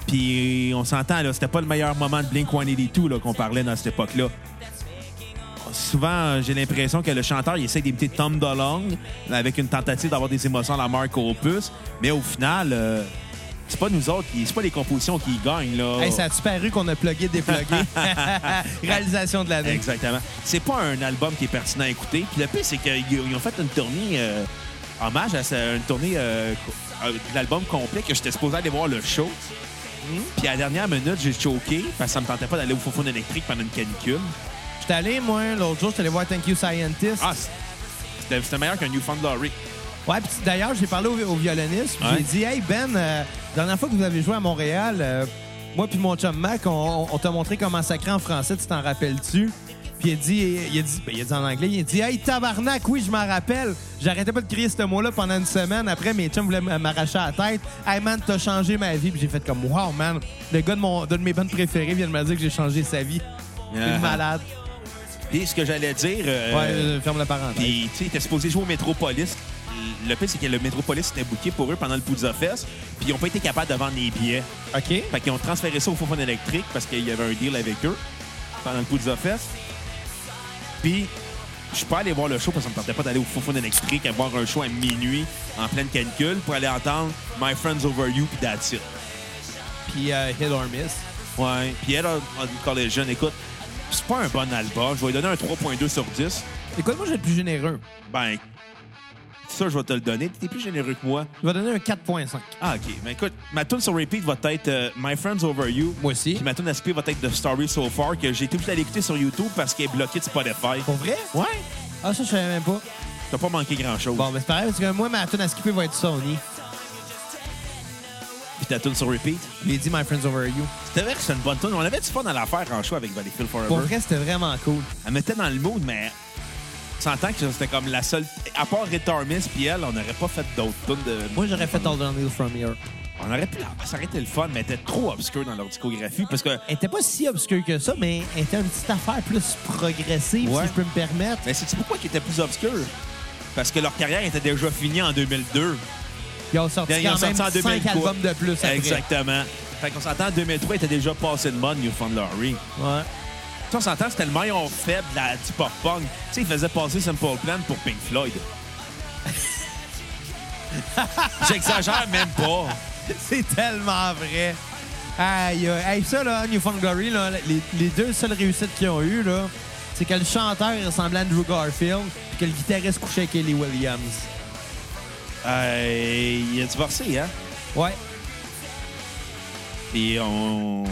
[SPEAKER 1] Puis on s'entend, là, c'était pas le meilleur moment de Blink-182 là, qu'on parlait dans cette époque-là. souvent, euh, j'ai l'impression que le chanteur, il essaie d'imiter Tom DeLonge avec une tentative d'avoir des émotions à la marque Opus. Mais au final, euh, c'est pas nous autres, qui- c'est pas les compositions qui gagnent. Là.
[SPEAKER 3] Hey, ça a-tu paru qu'on a plugué, déplugué? Réalisation de l'année.
[SPEAKER 1] Exactement. C'est pas un album qui est pertinent à écouter. Puis le pire, c'est qu'ils ils ont fait une tournée euh, hommage à ce- une tournée euh, co- euh, de l'album complet que j'étais supposé aller voir le show.
[SPEAKER 3] Hmm?
[SPEAKER 1] Puis à la dernière minute, j'ai choqué parce que ça me tentait pas d'aller au Fofone électrique pendant une canicule.
[SPEAKER 3] J'étais allé, moi, l'autre jour, j'étais allé voir Thank You Scientist.
[SPEAKER 1] Ah, c'est- c'était c'était meilleur qu'un Newfound Glory.
[SPEAKER 3] Ouais, puis d'ailleurs, j'ai parlé au, au violoniste. puis
[SPEAKER 1] Ouais.
[SPEAKER 3] J'ai dit, hey Ben, euh, dernière fois que vous avez joué à Montréal, euh, moi puis mon chum Mac, on, on- on t'a montré comment sacrer en français, tu t'en rappelles-tu? Puis il a dit, il a dit, ben, il a dit en anglais, il a dit, hey tabarnak, oui, je m'en rappelle. J'arrêtais pas de crier ce mot-là pendant une semaine. Après, mes chums voulaient m- m'arracher la tête. Hey man, t'as changé ma vie. Puis j'ai fait comme, wow man, le gars de, mon, de mes bandes préférées vient de me dire que j'ai changé sa vie.
[SPEAKER 1] Ah.
[SPEAKER 3] Une malade.
[SPEAKER 1] Puis ce que j'allais dire. euh,
[SPEAKER 3] Ouais, Uh-huh. euh, ferme la parenthèse.
[SPEAKER 1] Puis, tu sais, il était supposé jouer au Metropolis. Le pire, c'est que le Metropolis était booké pour eux pendant le Puzza Fest. Puis, ils n'ont pas été capables de vendre les billets.
[SPEAKER 3] OK.
[SPEAKER 1] Fait qu'ils ont transféré ça au Fofon électrique parce qu'il y avait un deal avec eux pendant le Puzza Fest. Puis, je suis pas allé voir le show parce que ça me tentait pas d'aller au Fofon électrique à voir un show à minuit en pleine canicule pour aller entendre My Friends Over You puis That's It.
[SPEAKER 3] Puis euh, Hit or Miss.
[SPEAKER 1] Ouais. Puis, elle, encore les jeunes, écoute, c'est pas un bon album. Je vais lui donner un 3.2 sur 10.
[SPEAKER 3] Écoute, moi, je vais être plus généreux.
[SPEAKER 1] Ben, ça, je vais te le donner. T'es plus généreux que moi.
[SPEAKER 3] Je vais donner un 4.5.
[SPEAKER 1] Ah, OK. Ben, écoute, ma tune sur repeat va être euh, My Friends Over You.
[SPEAKER 3] Moi aussi.
[SPEAKER 1] Puis ma tune à skipper va être The Story So Far, que j'ai été obligé d'aller écouter sur YouTube parce qu'elle est bloquée de Spotify.
[SPEAKER 3] Pour vrai?
[SPEAKER 1] Ouais.
[SPEAKER 3] Ah, ça, je savais même pas.
[SPEAKER 1] T'as pas manqué grand-chose.
[SPEAKER 3] Bon, mais c'est pareil, parce que moi, ma tune à skipper va être Sony.
[SPEAKER 1] Puis ta tune sur repeat.
[SPEAKER 3] J'ai dit My Friends Over You.
[SPEAKER 1] C'était vrai que c'est une bonne tune. On avait du fun à la faire en show avec Valleyfield Forever.
[SPEAKER 3] Pour vrai, c'était vraiment cool.
[SPEAKER 1] Elle mettait dans le mood, mais... Tu entends que c'était comme la seule... À part Retarmis puis elle, on n'aurait pas fait d'autres tunes de...
[SPEAKER 3] Moi, j'aurais fait All Downhill From Here.
[SPEAKER 1] On aurait pu... la- Ça aurait été le fun, mais elle était trop obscure dans leur discographie parce que...
[SPEAKER 3] Elle était pas si obscure que ça, mais elle était une petite affaire plus progressive,
[SPEAKER 1] Ouais.
[SPEAKER 3] si je peux me permettre.
[SPEAKER 1] Mais c'est pourquoi qu'ils étaient plus obscurs? Parce que leur carrière était déjà finie en 2002.
[SPEAKER 3] Ils ont sorti
[SPEAKER 1] Ils ont
[SPEAKER 3] quand même
[SPEAKER 1] sorti en
[SPEAKER 3] 5
[SPEAKER 1] 2003.
[SPEAKER 3] albums de plus après.
[SPEAKER 1] Exactement. Fait qu'on s'entend, en 2003, était déjà passé de mode Newfound Glory.
[SPEAKER 3] Ouais.
[SPEAKER 1] Ça, on s'entend, c'était le maillon faible de la- du pop-punk. Tu sais, ils faisaient passer Simple Plan pour Pink Floyd. J'exagère même pas.
[SPEAKER 3] C'est tellement vrai. Aïe, aïe, aïe, ça, là, Newfound Glory, là, les, les deux seules réussites qu'ils ont eues, là, c'est que le chanteur il ressemblait à Andrew Garfield et que le guitariste couchait avec Ellie Williams.
[SPEAKER 1] Euh, il a divorcé, hein?
[SPEAKER 3] Ouais.
[SPEAKER 1] Et on...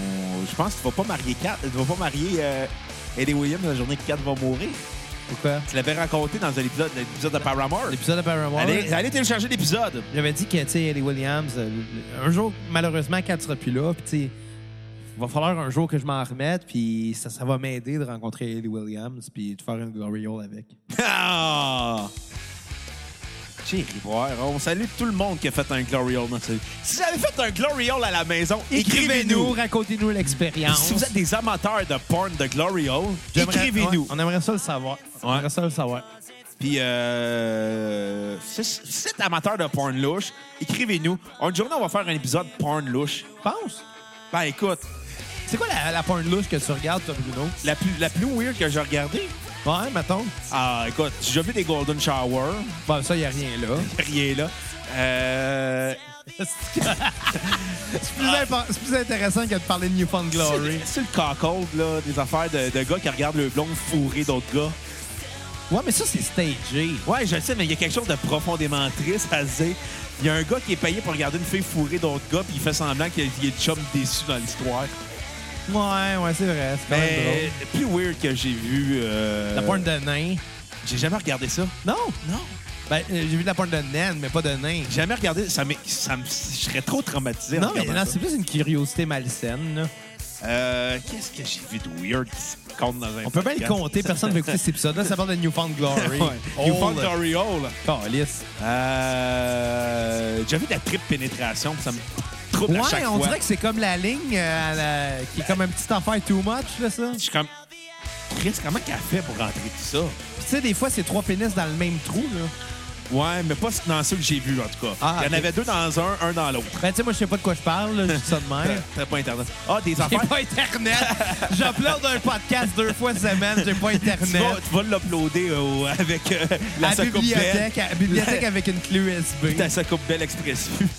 [SPEAKER 1] Je pense qu'il va pas marier Kat. Il va pas marier euh, Eddie Williams la journée que Kat va mourir.
[SPEAKER 3] Pourquoi?
[SPEAKER 1] Tu l'avais raconté dans un épisode, l'épisode de Paramore.
[SPEAKER 3] L'épisode de Paramore. euh,
[SPEAKER 1] Allez, allez télécharger l'épisode.
[SPEAKER 3] J'avais dit que, tu sais, Ellie Williams, euh, un jour, malheureusement, qu'elle sera plus là, puis, tu sais, il va falloir un jour que je m'en remette, puis ça, ça va m'aider de rencontrer Ellie Williams, puis de faire un glory hole avec.
[SPEAKER 1] Ah! J'ai ri voir. On salue tout le monde qui a fait un Glory Hole. dans sa vie. Si vous avez fait un Glory Hole à la maison, écrivez-nous.
[SPEAKER 3] racontez-nous l'expérience.
[SPEAKER 1] Si vous êtes des amateurs de porn de Glory Hole,
[SPEAKER 3] J'aimerais-
[SPEAKER 1] écrivez-nous.
[SPEAKER 3] ouais, on aimerait ça le savoir. On
[SPEAKER 1] Ouais.
[SPEAKER 3] aimerait ça le savoir.
[SPEAKER 1] Puis, euh, si si vous êtes amateur de porn louche, écrivez-nous. Une journée, on va faire un épisode porn louche.
[SPEAKER 3] Pense.
[SPEAKER 1] Ben, écoute,
[SPEAKER 3] C'est quoi la, la porn louche que tu regardes, toi, Bruno?
[SPEAKER 1] la plus, la plus weird que j'ai regardée,
[SPEAKER 3] Ouais, hein, mettons.
[SPEAKER 1] ah, écoute, j'ai déjà vu des Golden Shower.
[SPEAKER 3] Bon, ça, il a rien là.
[SPEAKER 1] Rien là. Euh,
[SPEAKER 3] C'est plus, impo- c'est plus intéressant que de parler de Newfound Glory.
[SPEAKER 1] C'est- C'est le cockhold, là, des affaires de, de gars qui regardent le blond fourré d'autres gars.
[SPEAKER 3] Ouais, mais ça, c'est stagé.
[SPEAKER 1] Ouais, je sais, mais il y a quelque chose de profondément triste à se dire. Il y a un gars qui est payé pour regarder une fille fourrée d'autres gars, puis il fait semblant qu'il il est le chum déçu dans l'histoire.
[SPEAKER 3] Ouais, ouais, c'est vrai. C'est quand même drôle.
[SPEAKER 1] Mais le plus weird que j'ai vu. euh,
[SPEAKER 3] La porn de nain.
[SPEAKER 1] J'ai jamais regardé ça.
[SPEAKER 3] Non.
[SPEAKER 1] Non.
[SPEAKER 3] Ben, euh, j'ai vu de la porn de naine, mais pas de nain.
[SPEAKER 1] J'ai Jamais regardé. Ça, m'est- ça me- je serais trop traumatisé. en
[SPEAKER 3] Non, mais
[SPEAKER 1] regardant
[SPEAKER 3] non,
[SPEAKER 1] ça.
[SPEAKER 3] c'est plus une curiosité malsaine. là.
[SPEAKER 1] Euh, Qu'est-ce que j'ai vu de weird qui se compte dans un
[SPEAKER 3] On peut bien le compter. Personne ne veut écouter cet épisode-là. Ça parle de Newfound Glory.
[SPEAKER 1] You found Glory Hole.
[SPEAKER 3] Calice.
[SPEAKER 1] Euh, J'ai vu de la triple pénétration, ça me trouble à chaque
[SPEAKER 3] Ouais, on
[SPEAKER 1] fois.
[SPEAKER 3] dirait que c'est comme la ligne euh, à la- qui est comme un petit affaire too much, là, ça.
[SPEAKER 1] Je suis comme, Chris, comment qu'elle fait pour rentrer tout ça?
[SPEAKER 3] Puis tu sais, des fois, c'est trois pénis dans le même trou, là.
[SPEAKER 1] Ouais, mais pas dans ceux que j'ai vus, en tout cas.
[SPEAKER 3] Ah,
[SPEAKER 1] Il y en
[SPEAKER 3] ok.
[SPEAKER 1] avait deux dans un, un dans l'autre.
[SPEAKER 3] Ben, tu sais, moi, je sais pas de quoi je parle, là, je dis ça de même.
[SPEAKER 1] T'as pas Internet. Ah, des
[SPEAKER 3] J'ai
[SPEAKER 1] affaires.
[SPEAKER 3] pas Internet. J'upload un podcast deux fois semaine, j'ai pas
[SPEAKER 1] Tu vas,
[SPEAKER 3] Internet.
[SPEAKER 1] tu vas l'uploader euh, avec euh, la
[SPEAKER 3] à
[SPEAKER 1] soucoupe belle.
[SPEAKER 3] bibliothèque, à bibliothèque avec une clé USB.
[SPEAKER 1] Ta soucoupe belle expressive.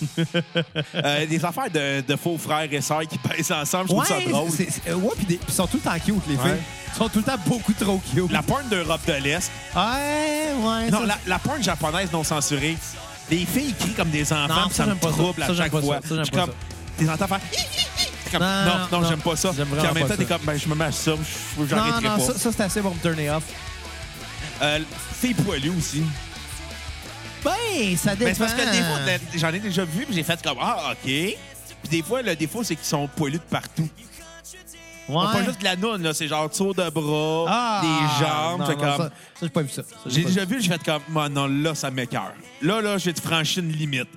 [SPEAKER 1] Euh, des affaires de, de faux frères et sœurs qui pèsent ensemble, je trouve ça drôle.
[SPEAKER 3] c'est- c'est- euh, ouais, puis des- puis ils sont tout le temps cute, les filles.
[SPEAKER 1] Ouais.
[SPEAKER 3] Ils sont tout le temps beaucoup trop cute.
[SPEAKER 1] La porn d'Europe de l'Est.
[SPEAKER 3] Ouais, ouais.
[SPEAKER 1] Non,
[SPEAKER 3] ça,
[SPEAKER 1] la, la porn japonaise non censurée. Les filles crient comme des enfants,
[SPEAKER 3] Non,
[SPEAKER 1] puis ça
[SPEAKER 3] ça,
[SPEAKER 1] me
[SPEAKER 3] j'aime pas ça.
[SPEAKER 1] trouble
[SPEAKER 3] Ça,
[SPEAKER 1] à
[SPEAKER 3] j'aime
[SPEAKER 1] chaque
[SPEAKER 3] pas ça.
[SPEAKER 1] fois.
[SPEAKER 3] Ça, j'aime
[SPEAKER 1] Je suis
[SPEAKER 3] pas
[SPEAKER 1] comme, tes enfants font... Hi, hi, hi. T'es comme,
[SPEAKER 3] Non,
[SPEAKER 1] Non, non,
[SPEAKER 3] non.
[SPEAKER 1] j'aime pas ça.
[SPEAKER 3] J'aime
[SPEAKER 1] Puis
[SPEAKER 3] vraiment
[SPEAKER 1] en même
[SPEAKER 3] pas
[SPEAKER 1] temps, t'es
[SPEAKER 3] ça.
[SPEAKER 1] comme, ben, je me mâche ça, je-
[SPEAKER 3] Non,
[SPEAKER 1] j'arrêterai
[SPEAKER 3] non,
[SPEAKER 1] pas.
[SPEAKER 3] ça, ça, c'est assez pour me turner off.
[SPEAKER 1] Euh, filles poilues aussi.
[SPEAKER 3] Ben, ça dépend.
[SPEAKER 1] Mais c'est parce que des fois, la- j'en ai déjà vu, puis j'ai fait comme Ah, OK. Puis des fois, le défaut, c'est qu'ils sont poilus de partout.
[SPEAKER 3] Ouais.
[SPEAKER 1] Pas juste de la noune, là. C'est genre tour de bras,
[SPEAKER 3] Ah,
[SPEAKER 1] des jambes.
[SPEAKER 3] non,
[SPEAKER 1] fait
[SPEAKER 3] non,
[SPEAKER 1] comme-
[SPEAKER 3] Ça, ça, j'ai pas vu ça. Ça,
[SPEAKER 1] J'ai
[SPEAKER 3] pas
[SPEAKER 1] déjà vu, j'ai fait comme Mon non, là, ça m'écœure. Là, là, j'ai franchi une limite.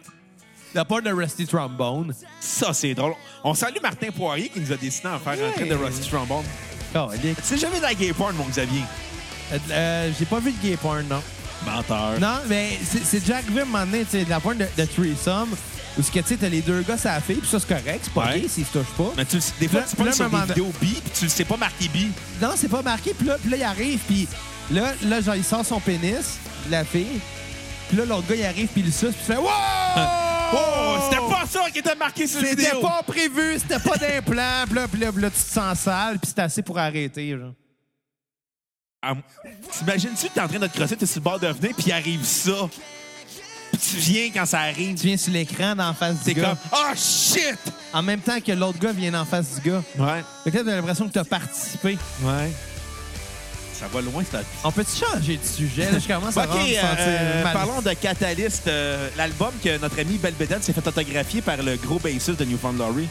[SPEAKER 3] La part de Rusty Trombone.
[SPEAKER 1] Ça, c'est drôle. On salue Martin Poirier qui nous a décidé à en faire
[SPEAKER 3] Ouais.
[SPEAKER 1] entrer de Rusty Trombone.
[SPEAKER 3] Calique.
[SPEAKER 1] Tu sais jamais de la gay porn, mon Xavier.
[SPEAKER 3] Euh, euh, J'ai pas vu de gay porn, non.
[SPEAKER 1] Menteur.
[SPEAKER 3] Non, mais c'est c'est déjà arrivé à un moment donné, tu sais, de la porn de, de threesome, où ce que, tu sais, t'as les deux gars ça la fille, puis ça, c'est correct, c'est pas
[SPEAKER 1] Ouais.
[SPEAKER 3] gay s'ils se touchent pas.
[SPEAKER 1] Mais tu le sais- des fois,
[SPEAKER 3] Là-
[SPEAKER 1] tu parles
[SPEAKER 3] là,
[SPEAKER 1] sur des
[SPEAKER 3] maman-
[SPEAKER 1] vidéos bi, puis tu le sais pas marqué bi.
[SPEAKER 3] Non, c'est pas marqué, puis là, puis là, il arrive, puis là, là, genre, il sort son pénis, de la fille, puis là, l'autre gars, il arrive, puis il le suce, puis il fait « Wow!
[SPEAKER 1] Oh, c'était pas ça qui était marqué sur la vidéo.
[SPEAKER 3] C'était pas prévu, c'était pas d'implant, puis là, puis là, puis là, tu te sens sale, puis c'est assez pour arrêter, genre.
[SPEAKER 1] Ah, T'imagines-tu que t'es en train de te crosser, t'es sur le bord de venir, puis arrive ça. Puis tu viens quand ça arrive.
[SPEAKER 3] Tu viens sur l'écran d'en face du
[SPEAKER 1] T'es
[SPEAKER 3] gars,
[SPEAKER 1] comme, oh shit!
[SPEAKER 3] en même temps que l'autre gars vient d'en face du gars.
[SPEAKER 1] Ouais,
[SPEAKER 3] Fait que là, t'as l'impression que t'as participé.
[SPEAKER 1] ouais. Ça va loin, cette
[SPEAKER 3] On peut-tu changer de sujet? là? Je commence à
[SPEAKER 1] OK,
[SPEAKER 3] vraiment me sentir
[SPEAKER 1] euh,
[SPEAKER 3] mal.
[SPEAKER 1] parlons de Catalyst, euh, l'album que notre ami Belbeden s'est fait autographier par le gros bassiste de Newfound Glory.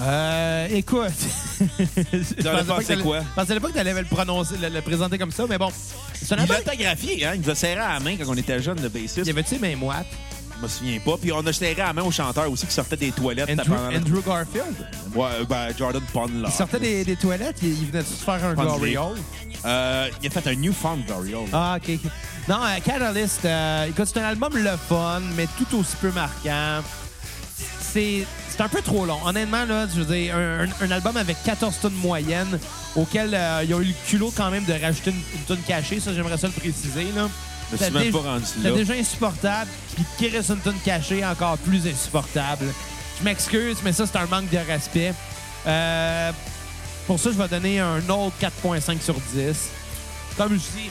[SPEAKER 3] Euh, écoute. je
[SPEAKER 1] T'aurais
[SPEAKER 3] pensais pas
[SPEAKER 1] pensé
[SPEAKER 3] que t'allais-
[SPEAKER 1] quoi?
[SPEAKER 3] Je pensais pas que t'allais le prononcer, le, le présenter comme ça, mais bon. C'est un
[SPEAKER 1] Il l'a
[SPEAKER 3] album.
[SPEAKER 1] autographié, hein? Il nous a serré à la main quand on était jeune, le bassiste.
[SPEAKER 3] Il y avait-tu même moites?
[SPEAKER 1] Je me souviens pas. Puis on a serré à la main au chanteur aussi qui sortait des toilettes.
[SPEAKER 3] Andrew,
[SPEAKER 1] pendant-
[SPEAKER 3] Andrew Garfield?
[SPEAKER 1] Ouais, ben, Jordan Pond, là.
[SPEAKER 3] Il sortait des, des toilettes, il, il venait de se faire un
[SPEAKER 1] Pas de
[SPEAKER 3] glory
[SPEAKER 1] vie.
[SPEAKER 3] hole.
[SPEAKER 1] Euh, il a fait un Newfound Glory. oh.
[SPEAKER 3] Ah, OK. ok. Non, euh, Catalyst, euh, écoute, c'est un album le fun, mais tout aussi peu marquant. C'est c'est un peu trop long. Honnêtement, là, je veux dire, un, un- un album avec 14 tonnes moyenne, auquel euh, ils ont eu le culot quand même de rajouter une, une tonne cachée. Ça, j'aimerais ça le préciser.
[SPEAKER 1] Je
[SPEAKER 3] Là.
[SPEAKER 1] me
[SPEAKER 3] C'était
[SPEAKER 1] suis même
[SPEAKER 3] dé-
[SPEAKER 1] pas rendu
[SPEAKER 3] c'était
[SPEAKER 1] là.
[SPEAKER 3] déjà insupportable, puis qui reste une tonne cachée, encore plus insupportable. Je m'excuse, mais ça, c'est un manque de respect. Euh, pour ça, je vais donner un autre 4.5 sur 10. Comme je dis,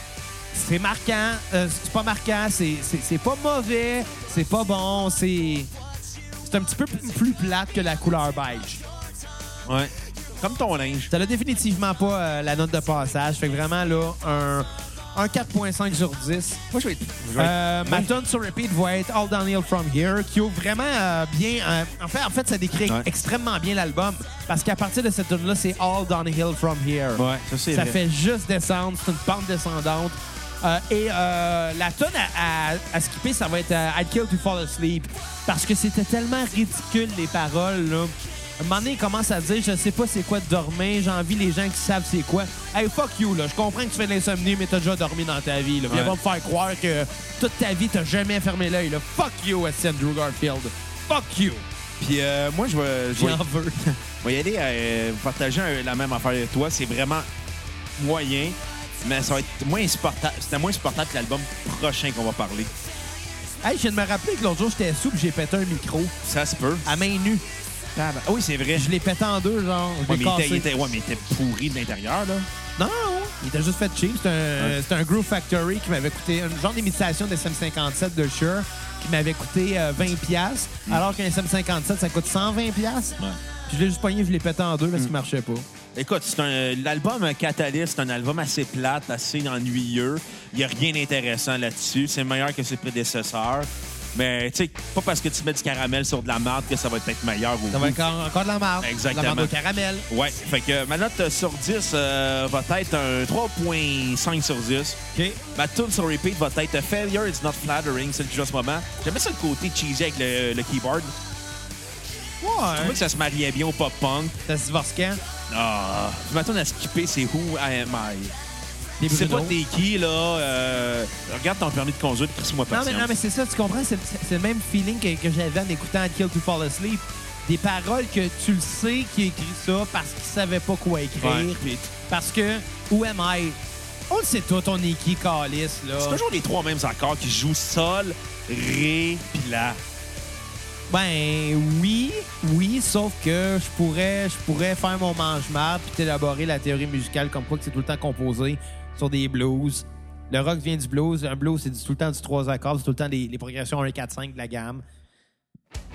[SPEAKER 3] c'est marquant. euh, c'est pas marquant, c'est- c'est c'est pas mauvais, c'est pas bon, c'est... C'est un petit peu plus plus plate que la couleur beige.
[SPEAKER 1] Ouais. Comme ton linge.
[SPEAKER 3] Ça n'a définitivement pas euh, la note de passage. Fait que vraiment, là, un, un 4.5 sur 10.
[SPEAKER 1] Moi, je vais être.
[SPEAKER 3] Euh, ma tune sur repeat va être All Downhill From Here, qui ouvre vraiment euh, bien. euh, en, fait, en fait, ça décrit
[SPEAKER 1] Ouais.
[SPEAKER 3] extrêmement bien l'album, parce qu'à partir de cette tune là c'est All Downhill From Here.
[SPEAKER 1] Ouais, ça, c'est
[SPEAKER 3] Ça
[SPEAKER 1] vrai.
[SPEAKER 3] fait juste descendre, c'est une pente descendante. Euh, et euh, la tonne à, à- à skipper, ça va être euh, I'd Kill to Fall Asleep, parce que c'était tellement ridicule les paroles. Là. À un moment donné, il commence à dire Je sais pas c'est quoi de dormir, j'ai envie les gens qui savent c'est quoi. Hey, fuck you, là. Je comprends que tu fais de l'insomnie, mais t'as déjà dormi dans ta vie. Là. Puis
[SPEAKER 1] Ouais.
[SPEAKER 3] elle va me faire croire que toute ta vie, t'as jamais fermé l'œil. là. Fuck you, S. Andrew Garfield. Fuck you.
[SPEAKER 1] Puis euh, moi, je vais, je vais-
[SPEAKER 3] J'en veux.
[SPEAKER 1] je vais y aller euh, partager euh, la même affaire que toi. C'est vraiment moyen, mais ça va être moins supportable. C'était moins supportable que l'album prochain qu'on va parler.
[SPEAKER 3] hey, je viens de me rappeler que l'autre jour, j'étais sous et j'ai pété un micro
[SPEAKER 1] Ça se peut.
[SPEAKER 3] à main nue.
[SPEAKER 1] Ah oui, c'est vrai.
[SPEAKER 3] Je l'ai pété en deux, genre. Je
[SPEAKER 1] Ouais,
[SPEAKER 3] l'ai
[SPEAKER 1] mais il
[SPEAKER 3] cassé.
[SPEAKER 1] était, il était- ouais, mais il était pourri de l'intérieur, là.
[SPEAKER 3] Non, non, il était juste fait cheap. C'était un,
[SPEAKER 1] Ouais.
[SPEAKER 3] c'était un Groove Factory qui m'avait coûté une genre d'imitation de SM57 de Shure qui m'avait coûté euh, 20$, piastres, alors qu'un SM57, ça coûte 120$. piastres.
[SPEAKER 1] Hmm. Ouais. Hmm.
[SPEAKER 3] Puis Je l'ai juste pogné, je l'ai pété en deux parce qu'il marchait pas.
[SPEAKER 1] Écoute, c'est un- l'album Catalyst, c'est un album assez plate, assez ennuyeux. Il n'y a rien d'intéressant là-dessus. C'est meilleur que ses prédécesseurs. Mais, tu sais, pas parce que tu mets du caramel sur de la marde que ça va être meilleur ou
[SPEAKER 3] Ça va être encore, encore de la marde.
[SPEAKER 1] Exactement.
[SPEAKER 3] De la marde au caramel.
[SPEAKER 1] Ouais, fait que ma note sur 10 euh, va être un 3.5 sur 10.
[SPEAKER 3] OK.
[SPEAKER 1] Ma tune sur repeat va être Failure is not flattering, celle qui joue en ce moment. J'aimais ça le côté cheesy avec le, le keyboard. Je trouvais
[SPEAKER 3] Ouais.
[SPEAKER 1] que ça se mariait bien au pop-punk.
[SPEAKER 3] Ça se divorce quand?
[SPEAKER 1] Ah, ma tune à skipper, c'est Who I Am I.
[SPEAKER 3] Des
[SPEAKER 1] sais pas
[SPEAKER 3] Bruno.
[SPEAKER 1] t'es qui, là, euh, regarde ton permis de conduire, crisse-moi
[SPEAKER 3] Non,
[SPEAKER 1] patience.
[SPEAKER 3] mais, non, mais c'est ça, tu comprends? C'est c'est- c'est le même feeling que, que j'avais en écoutant Kill to Fall Asleep. Des paroles que tu le sais qui écrit ça parce qu'il savait pas quoi écrire.
[SPEAKER 1] Ouais, puis
[SPEAKER 3] Parce que, où am I? On le sait tout, on est qui, Calis, là?
[SPEAKER 1] C'est toujours les trois mêmes accords qui jouent sol, ré, puis la.
[SPEAKER 3] Ben oui, oui, sauf que je pourrais, je pourrais faire mon mange-marde puis t'élaborer la théorie musicale comme quoi que c'est tout le temps composé sur des blues. Le rock vient du blues. Un blues, c'est du- tout le temps du trois accords, c'est tout le temps les, les progressions 1, 4, 5 de la gamme.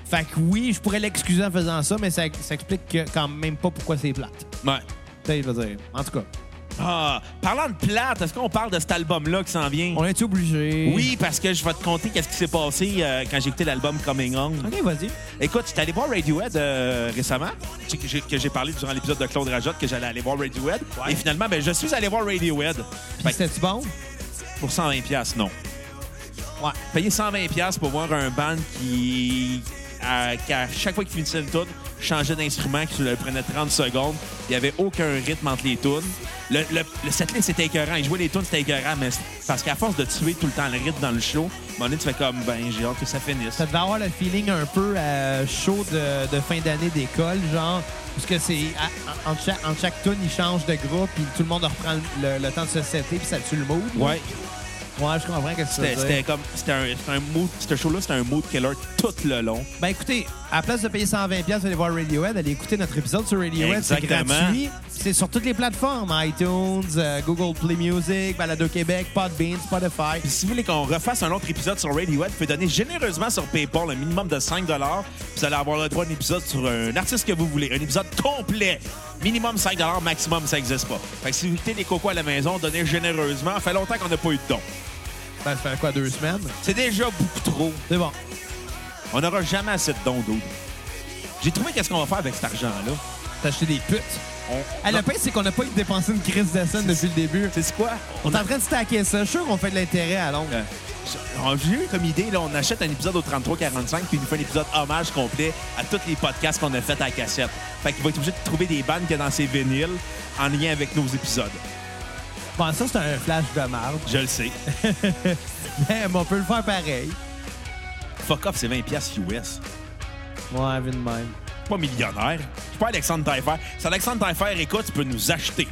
[SPEAKER 3] Fait que oui, je pourrais l'excuser en faisant ça, mais ça, ça explique que- quand même pas pourquoi c'est plate.
[SPEAKER 1] Ouais.
[SPEAKER 3] Tu sais, je veux dire, en tout cas,
[SPEAKER 1] Ah, parlant de plate, est-ce qu'on parle de cet album-là qui s'en vient?
[SPEAKER 3] on est obligé.
[SPEAKER 1] Oui, parce que je vais te conter qu'est-ce qui s'est passé euh, quand j'ai écouté l'album Coming On.
[SPEAKER 3] Ok, vas-y.
[SPEAKER 1] Écoute, j'étais allé voir Radiohead euh, récemment, tu sais, que j'ai- que j'ai parlé durant l'épisode de Claude Rajotte que j'allais aller voir Radiohead. Et finalement, ben, je suis allé voir Radiohead. Fait
[SPEAKER 3] Puis
[SPEAKER 1] que
[SPEAKER 3] C'était-tu bon?
[SPEAKER 1] pour 120$, piastres, non.
[SPEAKER 3] Ouais.
[SPEAKER 1] Payer 120$ piastres pour voir un band qui, à, qui à chaque fois qu'il finissait une tune, changeait d'instrument, qui le prenait 30 secondes. Il n'y avait aucun rythme entre les tunes. Le, le, le setlist était écœurant. Il jouait les tunes, c'était écœurant, mais c'est- parce qu'à force de tuer tout le temps le rythme dans le show, à un moment donné, tu fais comme, ben, j'ai hâte que ça finisse.
[SPEAKER 3] Ça devait avoir le feeling un peu euh, chaud de, de fin d'année d'école, genre, parce que c'est à- en, en chaque, en chaque tune, ils changent de groupe, puis tout le monde reprend le, le temps de se setter, puis ça tue le mood. là.
[SPEAKER 1] Ouais,
[SPEAKER 3] Ouais, je comprends que ça.
[SPEAKER 1] c'était c'était comme, c'était un, c'était un mood, ce show-là, c'était un mood killer tout le long.
[SPEAKER 3] Ben écoutez, à la place de payer 120$, piastres, allez voir Radiohead, allez écouter notre épisode sur Radiohead, c'est
[SPEAKER 1] Exactement.
[SPEAKER 3] gratuit. C'est sur toutes les plateformes, iTunes, euh, Google Play Music, Balado Québec, Podbean, Spotify.
[SPEAKER 1] Puis si vous voulez qu'on refasse un autre épisode sur Radiohead, vous pouvez donner généreusement sur PayPal un minimum de 5 Puis Vous allez avoir le droit d'un épisode sur un artiste que vous voulez, un épisode complet. Minimum 5 maximum, ça n'existe pas. Fait que si vous écoutez les cocos à la maison, donnez généreusement. Ça fait longtemps qu'on n'a pas eu de dons.
[SPEAKER 3] Ben, ça fait quoi, deux semaines?
[SPEAKER 1] C'est déjà beaucoup trop.
[SPEAKER 3] C'est bon.
[SPEAKER 1] On n'aura jamais assez de dons d'autres. J'ai trouvé qu'est-ce qu'on va faire avec cet argent-là.
[SPEAKER 3] T'as acheté des putes.
[SPEAKER 1] On...
[SPEAKER 3] Ah, le pire, c'est qu'on n'a pas eu dépensé une crise de scène depuis le début.
[SPEAKER 1] C'est quoi?
[SPEAKER 3] On est en train de stacker ça. Je suis sûr qu'on fait de l'intérêt à longue.
[SPEAKER 1] Euh, on- J'ai eu comme idée, là, on achète un épisode au 33-45 puis il nous fait un épisode hommage complet à tous les podcasts qu'on a fait à la cassette. Fait qu'il va être obligé de trouver des bandes qu'il y a dans ses vinyles en lien avec nos épisodes.
[SPEAKER 3] Bon, ça, c'est un flash de marde.
[SPEAKER 1] Je le sais.
[SPEAKER 3] Mais on peut le faire pareil.
[SPEAKER 1] Fuck off, c'est 20$ piastres US.
[SPEAKER 3] Ouais, vu de même.
[SPEAKER 1] Pas millionnaire. Je suis pas Alexandre Taillefer. Si Alexandre Taillefer écoute, tu peux nous acheter.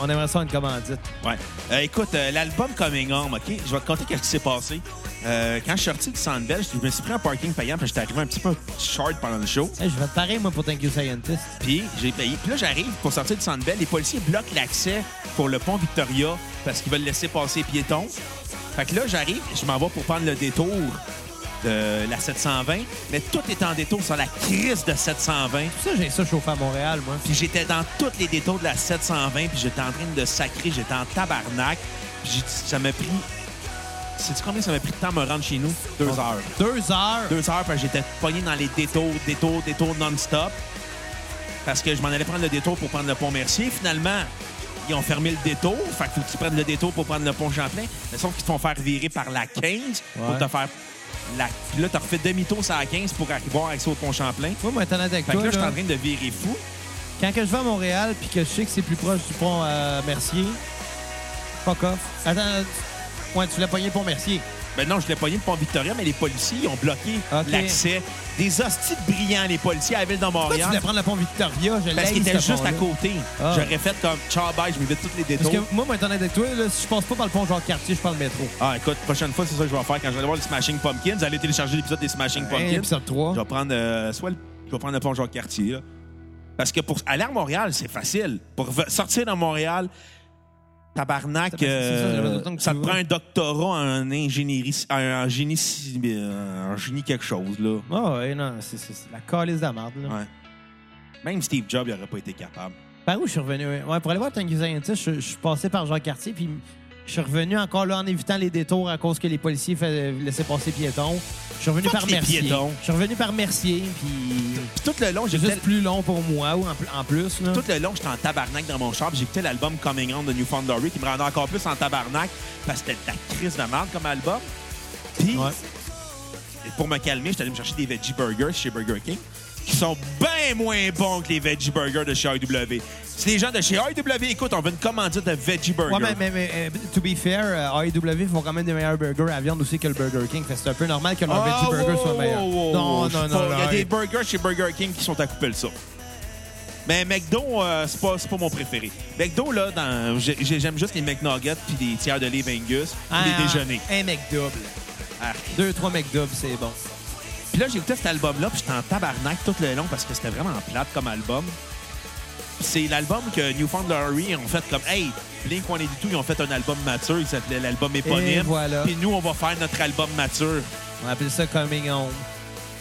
[SPEAKER 3] On aimerait ça une commandite.
[SPEAKER 1] Ouais. Euh, écoute, euh, l'album Coming Home, OK? Je vais te conter qu'est-ce qui s'est passé. Euh, quand je suis sorti du Centre Bell, je me suis pris un parking payant parce que j'étais arrivé un petit peu short pendant le show.
[SPEAKER 3] Hey, je vais te pareil, moi, pour Thank You Scientist.
[SPEAKER 1] Puis j'ai payé. Puis là, j'arrive pour sortir du Centre Bell. Les policiers bloquent l'accès pour le pont Victoria parce qu'ils veulent laisser passer les piétons. Fait que là, j'arrive, je m'en vais pour prendre le détour de la 720. Mais tout est en détour sur la crise de 720.
[SPEAKER 3] Tout ça, j'ai ça chauffé à Montréal, moi.
[SPEAKER 1] Puis j'étais dans tous les détours de la 720. Puis j'étais en train de sacrer. J'étais en tabarnak. Puis j'ai dit- ça m'a pris... Sais-tu combien ça m'a pris de temps à me rendre chez nous? Deux heures.
[SPEAKER 3] Deux heures.
[SPEAKER 1] Deux heures parce que j'étais pogné dans les détours, détours, détours non-stop. Parce que je m'en allais prendre le détour pour prendre le pont Mercier. Finalement, ils ont fermé le détour. Fait qu'il faut que tu prennes le détour pour prendre le pont Champlain. Mais sauf qu'ils te font faire virer par la 15 pour
[SPEAKER 3] Ouais.
[SPEAKER 1] te faire. La... Puis là, t'as refait demi-tour sur la 15 pour arriver à accès au pont Champlain.
[SPEAKER 3] Moi, moi, être honnête avec
[SPEAKER 1] Fait que
[SPEAKER 3] toi,
[SPEAKER 1] là, je suis
[SPEAKER 3] là,
[SPEAKER 1] en train de virer fou.
[SPEAKER 3] quand que je vais à Montréal puis que je sais que c'est plus proche du pont euh, Mercier, fuck off. Attends, tu- ouais, tu voulais pogner le pont Mercier.
[SPEAKER 1] Ben non, je l'ai pogné le pont Victoria, mais les policiers, ils ont bloqué
[SPEAKER 3] Ok.
[SPEAKER 1] l'accès. Des hosties de brillants, les policiers à la ville de
[SPEAKER 3] Pourquoi tu voulais
[SPEAKER 1] Montréal.
[SPEAKER 3] prendre le pont Victoria? Je
[SPEAKER 1] Parce
[SPEAKER 3] l'haïs,
[SPEAKER 1] qu'ils étaient
[SPEAKER 3] ce
[SPEAKER 1] juste à
[SPEAKER 3] pont-là.
[SPEAKER 1] côté.
[SPEAKER 3] Ah.
[SPEAKER 1] J'aurais fait comme, ciao, bye, je m'évite tous les détours.
[SPEAKER 3] Parce que moi, moi, être honnête avec toi, là, si je passe pas par le pont Jean-Cartier, je prends le métro.
[SPEAKER 1] Ah, écoute, prochaine fois, c'est ça que je vais faire. Quand je vais aller voir les Smashing Pumpkins, allez télécharger l'épisode des Smashing
[SPEAKER 3] Hey,
[SPEAKER 1] Pumpkins.
[SPEAKER 3] épisode 3.
[SPEAKER 1] Je vais prendre, euh, soit le, je vais prendre le pont Jean-Cartier. là. Parce que pour aller à Montréal, c'est facile. Pour re- sortir de Montréal, tabarnak,
[SPEAKER 3] C'est ça, j'avais
[SPEAKER 1] euh,
[SPEAKER 3] l'impression que tu
[SPEAKER 1] ça te
[SPEAKER 3] vas.
[SPEAKER 1] prend un doctorat en ingénierie, en, en génie, civil, euh, en génie quelque chose, là.
[SPEAKER 3] Ah ouais, non, c'est c'est- c'est la calice de la marde, là.
[SPEAKER 1] Ouais. Même Steve Jobs, il aurait pas été capable.
[SPEAKER 3] Par où je suis revenu? ouais? Ouais, pour aller voir Thank You Scientist, je, je suis passé par Jean Cartier, puis je suis revenu encore là en évitant les détours à cause que les policiers faisaient- laissaient passer piétons. Je suis revenu
[SPEAKER 1] Fuck
[SPEAKER 3] par
[SPEAKER 1] les
[SPEAKER 3] Mercier.
[SPEAKER 1] piétons.
[SPEAKER 3] Je suis revenu par Mercier, puis
[SPEAKER 1] Puis tout le long, j'ai
[SPEAKER 3] c'est juste plus long pour moi, ou en, pl- en plus. Là.
[SPEAKER 1] Tout le long, j'étais en tabarnak dans mon char. puis J'écoutais l'album Coming On de Newfound Glory qui me rendait encore plus en tabarnak parce que c'était de la crise de merde comme album. Puis,
[SPEAKER 3] Ouais.
[SPEAKER 1] pour me calmer, j'étais allé me chercher des veggie burgers chez Burger King qui sont bien moins bons que les veggie burgers de chez IW. Si les gens de chez IW écoute, on veut une commandite de Veggie Burger.
[SPEAKER 3] Ouais, mais, mais- mais, euh, to be fair, euh, AEW font quand même des meilleurs burgers à viande aussi que le Burger King. Fait que c'est un peu normal que
[SPEAKER 1] Ah,
[SPEAKER 3] leur veggie burger
[SPEAKER 1] wow,
[SPEAKER 3] soit meilleur.
[SPEAKER 1] wow, wow,
[SPEAKER 3] non,
[SPEAKER 1] wow.
[SPEAKER 3] non,
[SPEAKER 1] Faut-
[SPEAKER 3] non,
[SPEAKER 1] Il y a
[SPEAKER 3] non,
[SPEAKER 1] des
[SPEAKER 3] hey.
[SPEAKER 1] burgers chez Burger King qui sont à couper le souffle. Mais McDo, euh, c'est pas, c'est pas mon préféré. McDo, là, dans- j'ai- j'ai- j'aime juste les McNuggets puis les tiers de livre Angus puis
[SPEAKER 3] Ah,
[SPEAKER 1] les déjeuners.
[SPEAKER 3] Un mec double.
[SPEAKER 1] Ah.
[SPEAKER 3] Deux, trois mecs doubles, c'est bon.
[SPEAKER 1] Puis là, j'ai écouté cet album-là, puis j'étais en tabarnak tout le long parce que c'était vraiment plate comme album. Puis C'est l'album que Newfound Glory ont fait comme Hey, Blink on tout, ils ont fait un album mature, il s'appelait l'album
[SPEAKER 3] Et
[SPEAKER 1] éponyme.
[SPEAKER 3] voilà.
[SPEAKER 1] Puis nous, on va faire notre album mature.
[SPEAKER 3] On appelle ça coming home.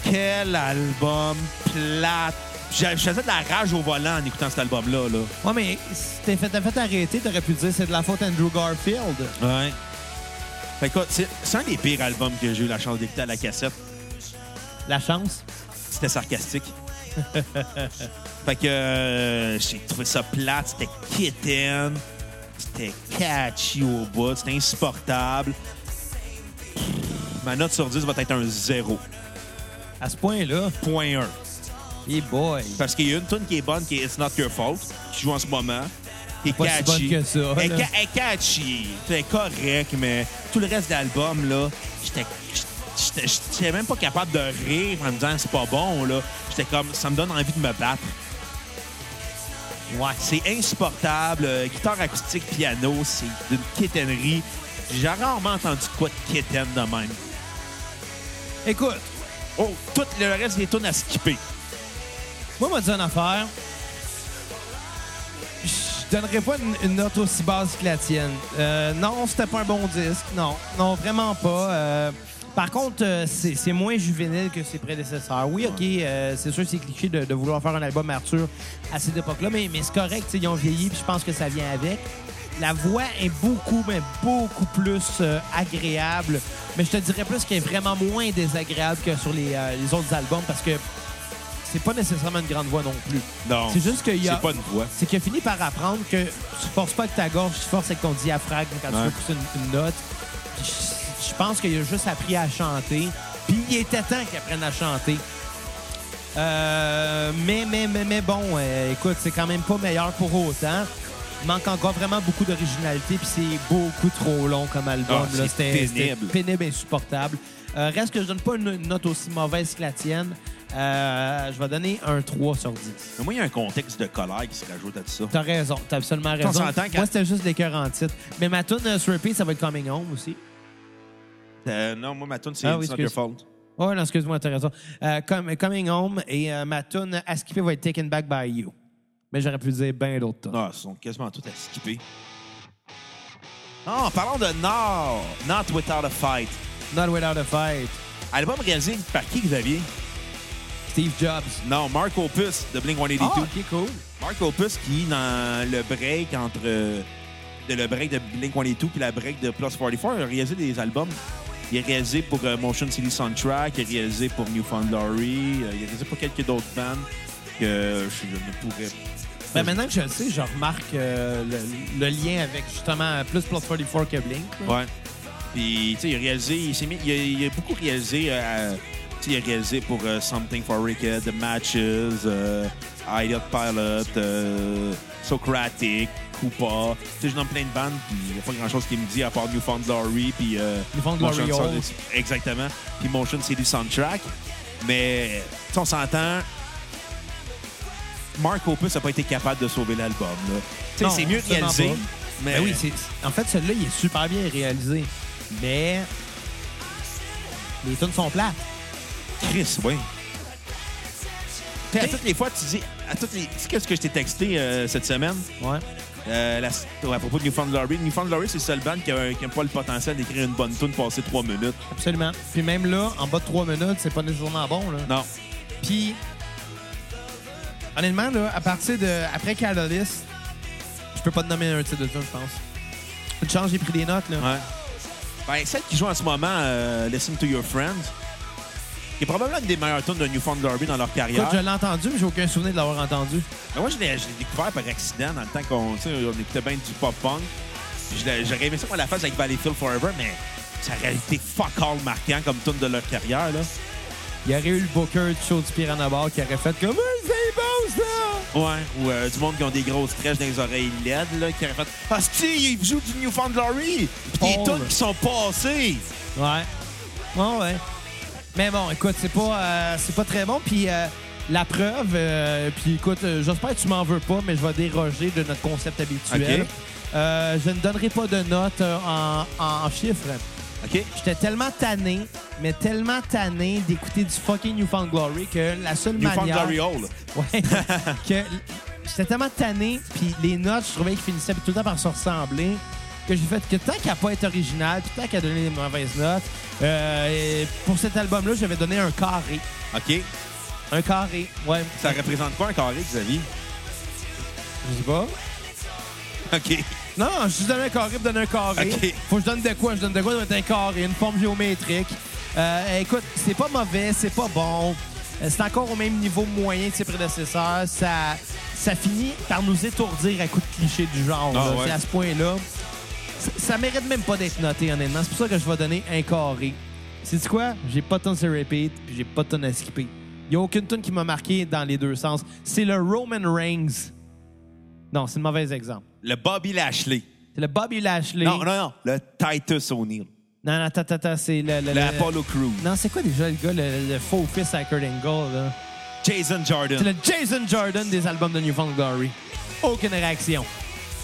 [SPEAKER 1] Quel album plate! J'a- Je faisais de la rage au volant en écoutant cet album-là. Là.
[SPEAKER 3] Ouais, mais si t'es fait, t'as fait arrêter, t'aurais pu dire c'est de la faute Andrew Garfield.
[SPEAKER 1] Ouais. Fait que, c'est c'est un des pires albums que j'ai eu la chance d'écouter à la cassette.
[SPEAKER 3] La chance.
[SPEAKER 1] C'était sarcastique. fait que euh, j'ai trouvé ça plate. C'était kitten. C'était catchy au bout. C'était insupportable. Ma note sur 10 va être un 0.1.
[SPEAKER 3] À ce point-là, hey boy.
[SPEAKER 1] Parce qu'il y a une tune qui est bonne, qui est It's Not Your Fault, qui joue en ce moment. Qui est
[SPEAKER 3] Pas si
[SPEAKER 1] catchy.
[SPEAKER 3] bonne que ça,
[SPEAKER 1] Elle, est
[SPEAKER 3] là.
[SPEAKER 1] ca- elle est catchy. C'est correct, mais tout le reste de l'album, là, j'étais. j'étais- J'étais même pas capable de rire en me disant c'est pas bon, là. J'étais comme, ça me donne envie de me battre. Ouais, c'est insupportable. Euh, guitare acoustique, piano, c'est d'une kittenerie. J'ai rarement entendu quoi de kitten de même.
[SPEAKER 3] Écoute,
[SPEAKER 1] Oh, tout le reste des tunes à skipper.
[SPEAKER 3] moi, m'a dit une affaire. Je donnerais pas une, une note aussi basse que la tienne. Euh, non, c'était pas un bon disque. Non, non, vraiment pas. Euh, par contre, euh, c'est c'est moins juvénile que ses prédécesseurs. Oui, OK, euh, c'est sûr, c'est cliché de, de vouloir faire un album Arthur à cette époque-là, mais, mais c'est correct. tu sais, Ils ont vieilli, puis je pense que ça vient avec. La voix est beaucoup, mais beaucoup plus euh, agréable. Mais je te dirais plus qu'elle est vraiment moins désagréable que sur les, euh, les autres albums parce que c'est pas nécessairement une grande voix non plus.
[SPEAKER 1] Non.
[SPEAKER 3] C'est juste qu'il y a-
[SPEAKER 1] C'est pas une voix.
[SPEAKER 3] C'est qu'il a fini par apprendre que tu forces pas avec ta gorge, tu forces avec ton diaphragme quand
[SPEAKER 1] Ouais.
[SPEAKER 3] tu veux pousser une, une note. Puis Je je pense qu'il a juste appris à chanter. Puis il était temps qu'il apprenne à chanter. Euh, mais, mais, mais, mais bon, euh, écoute, c'est quand même pas meilleur pour autant. Il manque encore vraiment beaucoup d'originalité, puis c'est beaucoup trop long comme album.
[SPEAKER 1] Ah, c'est
[SPEAKER 3] là. C'était- c'était
[SPEAKER 1] pénible.
[SPEAKER 3] pénible, insupportable. Euh, reste que je donne pas une, une note aussi mauvaise que la tienne. Euh, je vais donner un 3 sur 10.
[SPEAKER 1] Mais moi, il y a un contexte de colère qui se rajoute à tout ça.
[SPEAKER 3] T'as raison, t'as absolument raison.
[SPEAKER 1] s'entend quand-
[SPEAKER 3] Moi, c'était juste des cœurs en titre. Mais ma tune euh, sur repeat, ça va être Coming Home aussi.
[SPEAKER 1] Euh, non, moi, ma tune, c'est
[SPEAKER 3] Ah oui,
[SPEAKER 1] It's Not Your
[SPEAKER 3] excuse.
[SPEAKER 1] Fault.
[SPEAKER 3] Oh, non, excuse-moi, t'as raison. Euh, Com- coming Home et euh, ma tune à skipper va être Taken Back by You. Mais j'aurais pu dire bien d'autres tunes.
[SPEAKER 1] Non, ils sont quasiment tous à skipper. Ah, parlons de Nord, Not Without a Fight.
[SPEAKER 3] Not Without a Fight,
[SPEAKER 1] Album réalisé par qui, Xavier?
[SPEAKER 3] Steve Jobs.
[SPEAKER 1] Non, Mark Opus de Blink-182.
[SPEAKER 3] Ah, ok, cool.
[SPEAKER 1] Mark Opus qui, dans le break entre... euh, de le break de Blink-182 puis la break de Plus 44, il a réalisé des albums. Il a réalisé pour euh, Motion City Soundtrack, il a réalisé pour Newfound Glory, euh, il a réalisé pour quelques d'autres bandes que euh, je ne pourrais
[SPEAKER 3] Ben, maintenant que je le sais, je remarque euh, le, le lien avec justement euh, plus Plus 44 que Blink. là.
[SPEAKER 1] Ouais. Puis, tu sais, il a réalisé, il s'est mis, il a, il a beaucoup réalisé, euh, tu sais, il a réalisé pour euh, Something for Ricket, The Matches, euh, Idiot Pilot, euh, Socratic, Koopa. Tu sais, je nomme plein de bandes, puis il n'y a pas grand-chose qui me dit à part Newfound Glory, puis... Euh,
[SPEAKER 3] Newfound Glory oh.
[SPEAKER 1] Motion
[SPEAKER 3] Old.
[SPEAKER 1] City- Exactement. Puis Motion City Soundtrack. Mais, tu sais, on s'entend... Mark Opus n'a pas été capable de sauver l'album. là. Tu sais,
[SPEAKER 3] Non,
[SPEAKER 1] c'est mieux
[SPEAKER 3] absolument
[SPEAKER 1] réalisé.
[SPEAKER 3] pas.
[SPEAKER 1] Mais
[SPEAKER 3] Ben oui, c'est- en fait, celui-là, il est super bien réalisé. Mais les tunes sont plates.
[SPEAKER 1] Chris, oui. Puis à toutes les fois, tu dis, à toutes les, tu sais qu'est-ce que je t'ai texté euh, cette semaine
[SPEAKER 3] Ouais.
[SPEAKER 1] Euh, la- à propos de Newfound Glory? Newfound Glory, c'est le seul band qui n'a pas le potentiel d'écrire une bonne tune passer trois minutes.
[SPEAKER 3] Absolument. Puis même là, en bas de trois minutes, c'est pas nécessairement bon. Là.
[SPEAKER 1] Non.
[SPEAKER 3] Puis, honnêtement, là, à partir de. Après Catalyst, je peux pas te nommer un titre de tune, je pense. Tu changes, j'ai pris des notes. là.
[SPEAKER 1] Ouais. Ben, celle qui joue en ce moment, euh, Listen to Your Friends, qui est probablement une des meilleures tunes de Newfound Glory dans leur carrière.
[SPEAKER 3] Écoute, je l'ai entendu, mais j'ai aucun souvenir de l'avoir entendu.
[SPEAKER 1] Mais moi, je l'ai je l'ai découvert par accident dans le temps qu'on tu sais, on écoutait bien du pop-punk. Puis je l'ai- J'aurais aimé ça, moi, la face avec Valleyfield Forever, mais ça aurait été fuck all marquant comme tune de leur carrière. là.
[SPEAKER 3] Il y aurait eu le Booker du show du Piranha Bar qui aurait fait comme Hey, c'est bon ça!
[SPEAKER 1] Ouais, ou euh, du monde qui ont des grosses trèches dans les oreilles LED, là, qui auraient fait « Ah, si, ils jouent du Newfound Glory! » Puis des
[SPEAKER 3] Oh,
[SPEAKER 1] tunes
[SPEAKER 3] là.
[SPEAKER 1] qui sont passées!
[SPEAKER 3] Ouais. Ouais, ouais. Mais bon, écoute, c'est pas, euh, c'est pas très bon. Puis euh, la preuve, euh, puis écoute, euh, j'espère que tu m'en veux pas, mais je vais déroger de notre concept habituel.
[SPEAKER 1] Ok.
[SPEAKER 3] Euh, je ne donnerai pas de notes euh, en, en chiffres.
[SPEAKER 1] OK?
[SPEAKER 3] J'étais tellement tanné, mais tellement tanné d'écouter du fucking Newfound Glory que la seule
[SPEAKER 1] Newfound
[SPEAKER 3] manière...
[SPEAKER 1] Glory Hall.
[SPEAKER 3] Ouais. que l- j'étais tellement tanné, puis les notes, je trouvais qu'ils finissaient tout le temps par se ressembler, que j'ai fait que tant qu'à pas être original, puis tant qu'à donner des mauvaises notes, euh, et pour cet album-là, j'avais donné un carré.
[SPEAKER 1] OK?
[SPEAKER 3] Un carré, ouais.
[SPEAKER 1] Ça représente quoi un carré, Xavier?
[SPEAKER 3] Je sais pas.
[SPEAKER 1] OK.
[SPEAKER 3] Non, je suis donné un carré pour donner un carré.
[SPEAKER 1] Ok.
[SPEAKER 3] Faut que je donne de quoi? Je donne de quoi? Ça doit être un carré, une forme géométrique. Euh, écoute, c'est pas mauvais, c'est pas bon. Euh, C'est encore au même niveau moyen que ses prédécesseurs. Ça, ça finit par nous étourdir à coups de clichés du genre.
[SPEAKER 1] Ah
[SPEAKER 3] là.
[SPEAKER 1] ouais.
[SPEAKER 3] C'est à ce point-là. Ça- Ça mérite même pas d'être noté, honnêtement. C'est pour ça que je vais donner un carré. C'est quoi? J'ai pas de tonne sur repeat, puis j'ai pas de tonne à skipper. Il y a aucune tonne qui m'a marqué dans les deux sens. C'est le Roman Reigns. Non, c'est le mauvais exemple.
[SPEAKER 1] Le Bobby Lashley.
[SPEAKER 3] C'est le Bobby Lashley.
[SPEAKER 1] Non, non, non. Le Titus O'Neill.
[SPEAKER 3] Non, non, attends, attends, attends, c'est le. le,
[SPEAKER 1] Le
[SPEAKER 3] le-
[SPEAKER 1] Apollo Crew.
[SPEAKER 3] Euh, Non, c'est quoi déjà le gars, le, le faux fils à Kurt Angle, là?
[SPEAKER 1] Jason Jordan.
[SPEAKER 3] C'est le Jason Jordan des albums de Newfound Glory. Aucune réaction.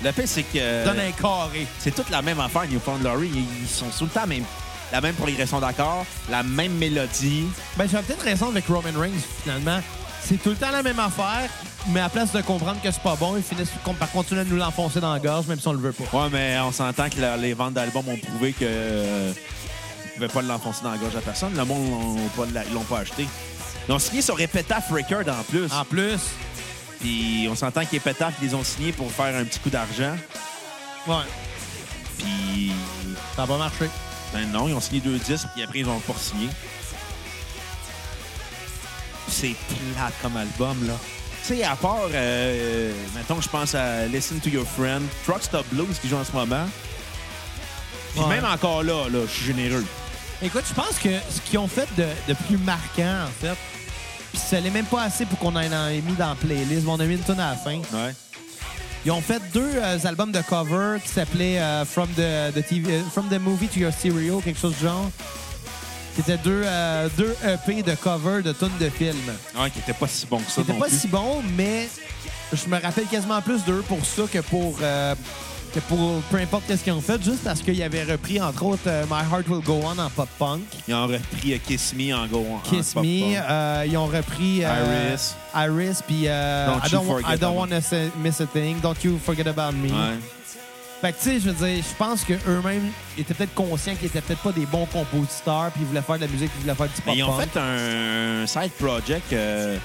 [SPEAKER 1] Le pire, c'est que
[SPEAKER 3] Donne un carré.
[SPEAKER 1] c'est toute la même affaire, Newfound Glory. Ils ils sont tout le temps même, la même progression d'accords, la même mélodie.
[SPEAKER 3] Ben, j'avais peut-être raison avec Roman Reigns, finalement. C'est tout le temps la même affaire, mais à place de comprendre que c'est pas bon, ils finissent par continuer à nous l'enfoncer dans la gorge, même si on le veut pas.
[SPEAKER 1] Ouais, mais on s'entend que la- les ventes d'albums ont prouvé que euh, ils pouvaient pas l'enfoncer dans la gorge à personne. Le monde l'ont pas, la- ils l'ont pas acheté. Ils ont signé sur Epitaph Record en plus.
[SPEAKER 3] En plus,
[SPEAKER 1] Ah, Puis on s'entend qu'Epitaph, ils les ont signés pour faire un petit coup d'argent.
[SPEAKER 3] ouais,
[SPEAKER 1] Puis
[SPEAKER 3] ça va marcher.
[SPEAKER 1] Ben non, ils ont signé deux disques, puis après, ils ont pas signé. C'est plate comme album, là. Tu sais, à part, euh, mettons, je pense à Listen to Your Friend, Truck Stop Blues qui joue en ce moment. Puis
[SPEAKER 3] Ouais.
[SPEAKER 1] même encore là, là, je suis généreux.
[SPEAKER 3] Écoute, je pense que ce qu'ils ont fait de, de plus marquant, en fait, pis ça l'est même pas assez pour qu'on en ait mis dans la playlist, mais on a mis une tonne à la fin.
[SPEAKER 1] Ouais.
[SPEAKER 3] Ils ont fait deux euh, albums de cover qui s'appelaient euh, From the, the TV, euh, From the Movie to Your Stereo, quelque chose du genre. C'était deux, euh, deux EP de cover de tunes de films.
[SPEAKER 1] Ouais, qui était pas si bon que ça
[SPEAKER 3] C'était
[SPEAKER 1] non
[SPEAKER 3] pas
[SPEAKER 1] plus.
[SPEAKER 3] si bon, mais je me rappelle quasiment plus d'eux pour ça que pour, euh, que pour peu importe qu'est-ce qu'ils ont fait, juste parce qu'ils avaient repris, entre autres, euh, My Heart Will Go On en pop-punk.
[SPEAKER 1] Ils ont repris euh, Kiss Me en go. en-
[SPEAKER 3] Kiss
[SPEAKER 1] en pop-punk.
[SPEAKER 3] Me. euh, ils ont repris euh,
[SPEAKER 1] Iris.
[SPEAKER 3] Iris, puis euh,
[SPEAKER 1] Don't
[SPEAKER 3] I
[SPEAKER 1] you
[SPEAKER 3] don't,
[SPEAKER 1] forget
[SPEAKER 3] I don't
[SPEAKER 1] about
[SPEAKER 3] want to miss a thing. Don't you forget about me.
[SPEAKER 1] Ouais.
[SPEAKER 3] Fait que, tu sais, je veux dire, je pense qu'eux-mêmes étaient peut-être conscients qu'ils étaient peut-être pas des bons compositeurs, puis ils voulaient faire de la musique, puis ils voulaient faire du
[SPEAKER 1] Mais ils ont
[SPEAKER 3] pop-punk.
[SPEAKER 1] fait un side project euh,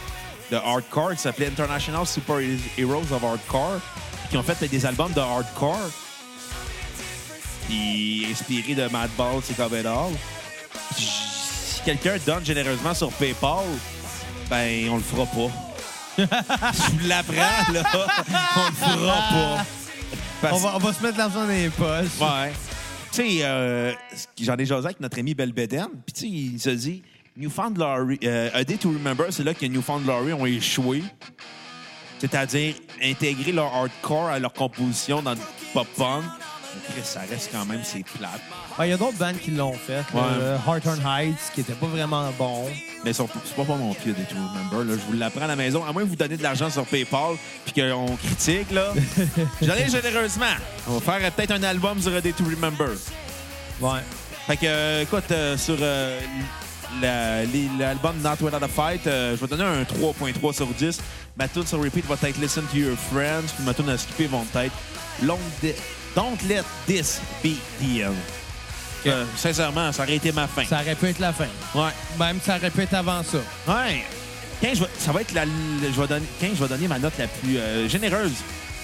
[SPEAKER 1] de hardcore qui s'appelait International Super Heroes of Hardcore, qui ont fait des albums de hardcore, puis inspirés de Madball, c'est comme et all. Puis Si quelqu'un donne généreusement sur PayPal, ben on le fera pas. Je vous l'apprends là, on le fera pas. Parce-
[SPEAKER 3] On va, on va se mettre l'argent dans les poches.
[SPEAKER 1] Ouais. Tu sais, euh, ce que- j'en ai jasé avec notre ami Belbeden, puis tu sais, il se dit Newfound Glory, euh, A Day to Remember, c'est là que Newfound Glory ont échoué. C'est-à-dire intégrer leur hardcore à leur composition dans du pop-punk. Mais Chris, Ça reste quand même, c'est plate.
[SPEAKER 3] Ouais, Il y a d'autres bandes qui l'ont fait. là,
[SPEAKER 1] Ouais.
[SPEAKER 3] le Heart on Heights, qui était pas vraiment bon.
[SPEAKER 1] Mais sont- c'est pas, pas mon pied, A Day to Remember. Là. Je vous l'apprends à la maison. À moins que vous donnez de l'argent sur PayPal puis qu'on critique, là. J'en ai généreusement. On va faire euh, peut-être un album sur A Day to Remember.
[SPEAKER 3] Ouais.
[SPEAKER 1] Fait que, euh, écoute, euh, sur euh, la- les- l'album Not Without a Fight, euh, je vais donner un 3.3 sur 10. Ma tune sur repeat va être Listen to Your Friends, puis ma tune à skipper vont être Long Di- Don't Let This Be The End. Euh, sincèrement, ça aurait été ma fin.
[SPEAKER 3] Ça aurait pu être la fin.
[SPEAKER 1] Ouais.
[SPEAKER 3] Même ça aurait pu être avant ça.
[SPEAKER 1] Ouais. Quand je vais, ça va être la, le- je vais donner, quand je vais donner ma note la plus euh, généreuse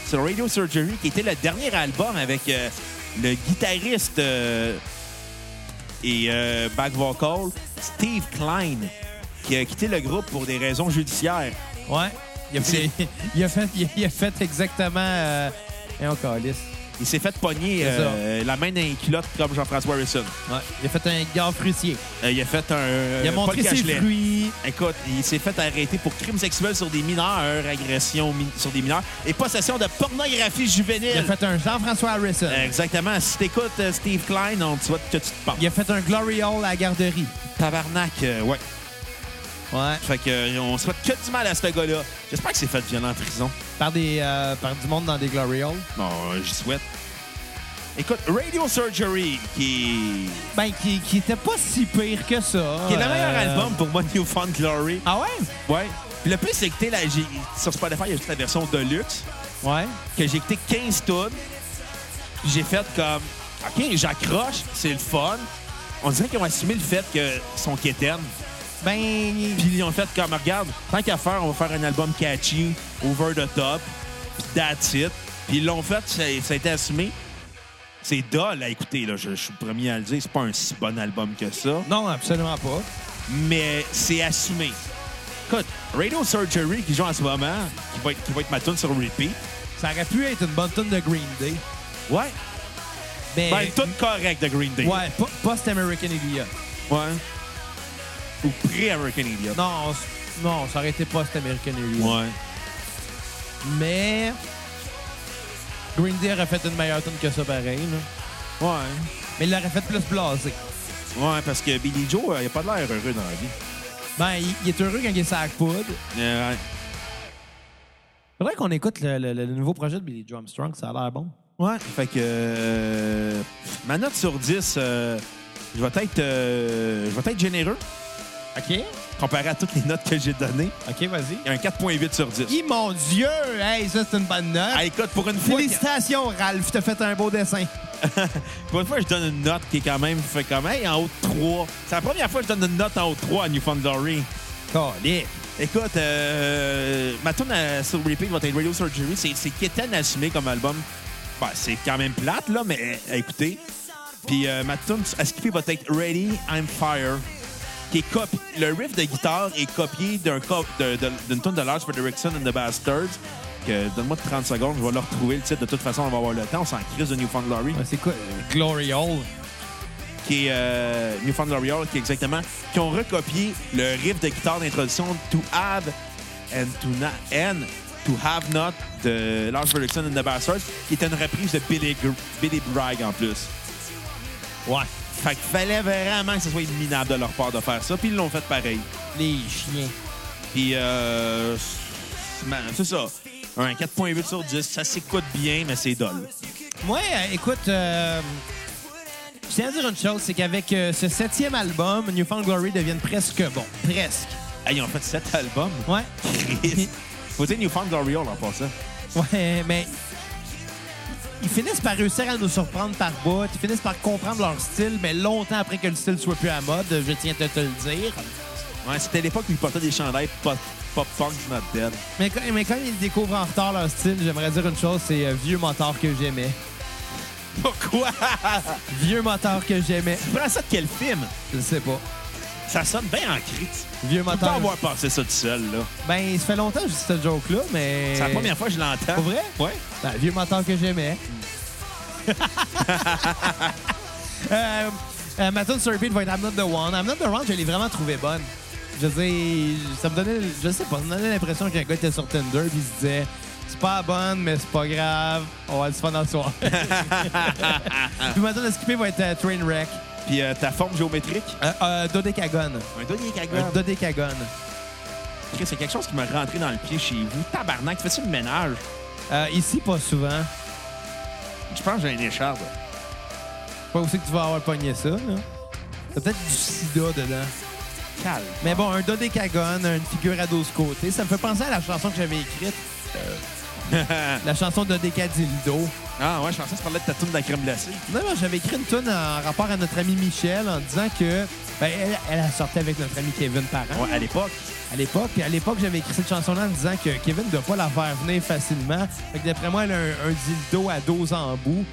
[SPEAKER 1] sur Radio Surgery, qui était le dernier album avec euh, le guitariste euh, et euh, back vocal Steve Klein, qui a quitté le groupe pour des raisons judiciaires.
[SPEAKER 3] Ouais. Il a fait,
[SPEAKER 1] C'est-
[SPEAKER 3] il a fait, il a fait exactement. Euh... Et on calisse.
[SPEAKER 1] Il s'est fait pogner
[SPEAKER 3] C'est ça.
[SPEAKER 1] euh, la main dans les culottes comme Jean-François Harrison.
[SPEAKER 3] Ouais. Il a fait un gars fruitier.
[SPEAKER 1] Euh, il a fait un.
[SPEAKER 3] Il a
[SPEAKER 1] Paul
[SPEAKER 3] montré ses
[SPEAKER 1] Cachelet.
[SPEAKER 3] fruits.
[SPEAKER 1] Écoute, il s'est fait arrêter pour crimes sexuels sur des mineurs, agression mi- sur des mineurs et possession de pornographie juvénile.
[SPEAKER 3] Il a fait un Jean-François Harrison.
[SPEAKER 1] Exactement. Si t'écoutes euh, Steve Klein, on te souhaite que tu te parles.
[SPEAKER 3] Il a fait un Glory Hall à la garderie.
[SPEAKER 1] Tabarnak, euh, ouais.
[SPEAKER 3] Ouais.
[SPEAKER 1] Fait que euh, on souhaite que du mal à ce gars-là. J'espère que c'est fait violent en prison.
[SPEAKER 3] Par, des, euh, par du monde dans des Glory Hall.
[SPEAKER 1] Bon, euh, j'y souhaite. Écoute, Radio Surgery, qui,
[SPEAKER 3] Ben, qui, qui était pas si pire que ça.
[SPEAKER 1] qui est le meilleur
[SPEAKER 3] Euh,
[SPEAKER 1] album pour moi, Newfound Glory.
[SPEAKER 3] Ah ouais?
[SPEAKER 1] Ouais. Puis le plus, c'est que t'es là, j'ai- sur Spotify, il y a juste la version Deluxe,
[SPEAKER 3] Ouais.
[SPEAKER 1] que j'ai écouté 15 tonnes. Puis j'ai fait comme, OK, j'accroche, c'est le fun. On dirait qu'ils ont assumé le fait que son quétaine.
[SPEAKER 3] Ben,
[SPEAKER 1] Puis ils ont fait comme, regarde, tant qu'à faire, on va faire un album catchy, over the top, puis that's it. Puis ils l'ont fait, ça, ça a été assumé. C'est dole à écouter, là, je, je suis le premier à le dire, c'est pas un si bon album que ça,
[SPEAKER 3] non, absolument pas.
[SPEAKER 1] mais c'est assumé. Écoute, Radio Surgery qui joue en ce moment, qui va être, qui va être ma tune sur repeat,
[SPEAKER 3] Ça aurait pu être une bonne tune de Green Day.
[SPEAKER 1] ouais,
[SPEAKER 3] Mais,
[SPEAKER 1] ben, une tune correcte de Green Day.
[SPEAKER 3] ouais, pas post-American Idiot.
[SPEAKER 1] Ouais. Ou pré-American Idiot.
[SPEAKER 3] Non, s- non, ça aurait été post-American Idiot.
[SPEAKER 1] Ouais.
[SPEAKER 3] Mais Green Day aurait fait une meilleure tune que ça, pareil. là.
[SPEAKER 1] Ouais.
[SPEAKER 3] Mais il l'aurait fait plus blasé.
[SPEAKER 1] Ouais, parce que Billy Joe, euh, il a pas l'air heureux dans la vie.
[SPEAKER 3] Ben, il, il est heureux quand il est sac poudre.
[SPEAKER 1] Euh, ouais.
[SPEAKER 3] Faudrait qu'on écoute le, le- le nouveau projet de Billy Joe Armstrong, ça a l'air bon.
[SPEAKER 1] Ouais, fait que euh, ma note sur 10, euh, je vais être euh, je vais être généreux
[SPEAKER 3] OK.
[SPEAKER 1] comparé à toutes les notes que j'ai données.
[SPEAKER 3] OK, vas-y.
[SPEAKER 1] Il y a un 4.8 sur 10.
[SPEAKER 3] Guy, mon Dieu! Hey, ça, c'est une bonne note.
[SPEAKER 1] Ah, écoute, pour une fois, que-
[SPEAKER 3] Félicitations, Ralph. T'as fait un beau dessin.
[SPEAKER 1] pour une fois, je donne une note qui est quand même fait comme hey, en haut de 3. C'est la première fois que je donne une note en haut de 3 à Newfound Glory.
[SPEAKER 3] Calé.
[SPEAKER 1] Écoute, euh, ma tune à- sur repeat va être Radio Surgery. C'est c'est Keten assumé comme album. Ben, c'est quand même plate, là, mais euh, écoutez. Puis euh, ma tune à skipper va être Ready, I'm Fire. Qui est copi- le riff de guitare est copié d'un co- de- de- d'une tune de Lars Fredrickson and the Bastards. Que Donne-moi 30 secondes, je vais leur retrouver le titre. De toute façon, on va avoir le temps. On s'en crise de Newfound Glory
[SPEAKER 3] Ouais, c'est quoi? euh, Glory Hall.
[SPEAKER 1] qui est euh, Newfound L'Oreal, qui est exactement, qui ont recopié le riff de guitare d'introduction To Have and To Not and To Have Not de Lars Ferguson and the Bastards, qui était une reprise de Billy, Gr- Billy Bragg en plus.
[SPEAKER 3] Ouais.
[SPEAKER 1] Fait qu'il fallait vraiment que ce soit minable de leur part de faire ça, puis ils l'ont fait pareil.
[SPEAKER 3] Les chiens.
[SPEAKER 1] Puis, euh, man, c'est ça. Un 4.8 sur 10, ça s'écoute bien, mais c'est dole.
[SPEAKER 3] Moi, euh, écoute, euh, je tiens à dire une chose, c'est qu'avec euh, ce septième album, Newfound Glory deviennent presque bon. Presque.
[SPEAKER 1] Hey, ils ont fait sept albums.
[SPEAKER 3] Ouais.
[SPEAKER 1] Chris. Faut dire Newfound L'Oreal en passant.
[SPEAKER 3] Ouais, mais ils finissent par réussir à nous surprendre par bout. Ils finissent par comprendre leur style, mais longtemps après que le style soit plus à mode, je tiens à te le dire.
[SPEAKER 1] Ouais, c'était l'époque où ils portaient des chandails pop- pop-punk du Not Dead.
[SPEAKER 3] Mais, quand- mais quand ils découvrent en retard leur style, j'aimerais dire une chose, c'est euh, vieux moteur que j'aimais.
[SPEAKER 1] Pourquoi?
[SPEAKER 3] Vieux moteur que j'aimais.
[SPEAKER 1] Tu prends ça de quel film?
[SPEAKER 3] Je sais pas.
[SPEAKER 1] Ça sonne bien en crise. Je
[SPEAKER 3] Vieux
[SPEAKER 1] peux pas
[SPEAKER 3] moteur.
[SPEAKER 1] avoir pensé ça tout seul, là.
[SPEAKER 3] Ben, ça fait longtemps que je dis ce joke-là, mais...
[SPEAKER 1] C'est la première fois que je l'entends.
[SPEAKER 3] Pour vrai?
[SPEAKER 1] Ouais.
[SPEAKER 3] Ben, vieux mentor que j'aimais. euh, euh, ma tune sur repeat va être I'm Not The One. I'm Not The One, je l'ai vraiment trouvée bonne. Je veux dire, ça me donnait, je sais pas, ça me donnait l'impression qu'un gars était sur Tinder puis il se disait « C'est pas bonne, mais c'est pas grave, on va le fun dans le soir. » Puis ma tune à skipper va être euh, Trainwreck.
[SPEAKER 1] Puis euh, ta forme géométrique?
[SPEAKER 3] Euh, euh, dodécagone.
[SPEAKER 1] Un denier
[SPEAKER 3] Un
[SPEAKER 1] cagouin.
[SPEAKER 3] dodécagone.
[SPEAKER 1] Chris, C'est quelque chose qui m'a rentré dans le pied chez vous. Tabarnak, fais-tu le ménage?
[SPEAKER 3] Euh, ici, pas souvent.
[SPEAKER 1] Je pense que j'ai une écharpe.
[SPEAKER 3] Pas où c'est que tu vas avoir pogné ça, là. T'as peut-être du sida dedans.
[SPEAKER 1] Calme.
[SPEAKER 3] Mais bon, un dodécagone, une figure à 12 côtés, ça me fait penser à la chanson que j'avais écrite, la chanson de Dodécadildo.
[SPEAKER 1] ah ouais, je pensais que tu parlais de ta toune de la crème glacée.
[SPEAKER 3] Non, non, j'avais écrit une tune en rapport à notre ami Michel en disant que ben, elle, elle a sorti avec notre ami Kevin Parent
[SPEAKER 1] Ah Ouais, à l'époque.
[SPEAKER 3] à l'époque. Puis à l'époque, j'avais écrit cette chanson-là en disant que Kevin ne doit pas la faire venir facilement. Fait que d'après moi, elle a un, un dildo à 12 en bout.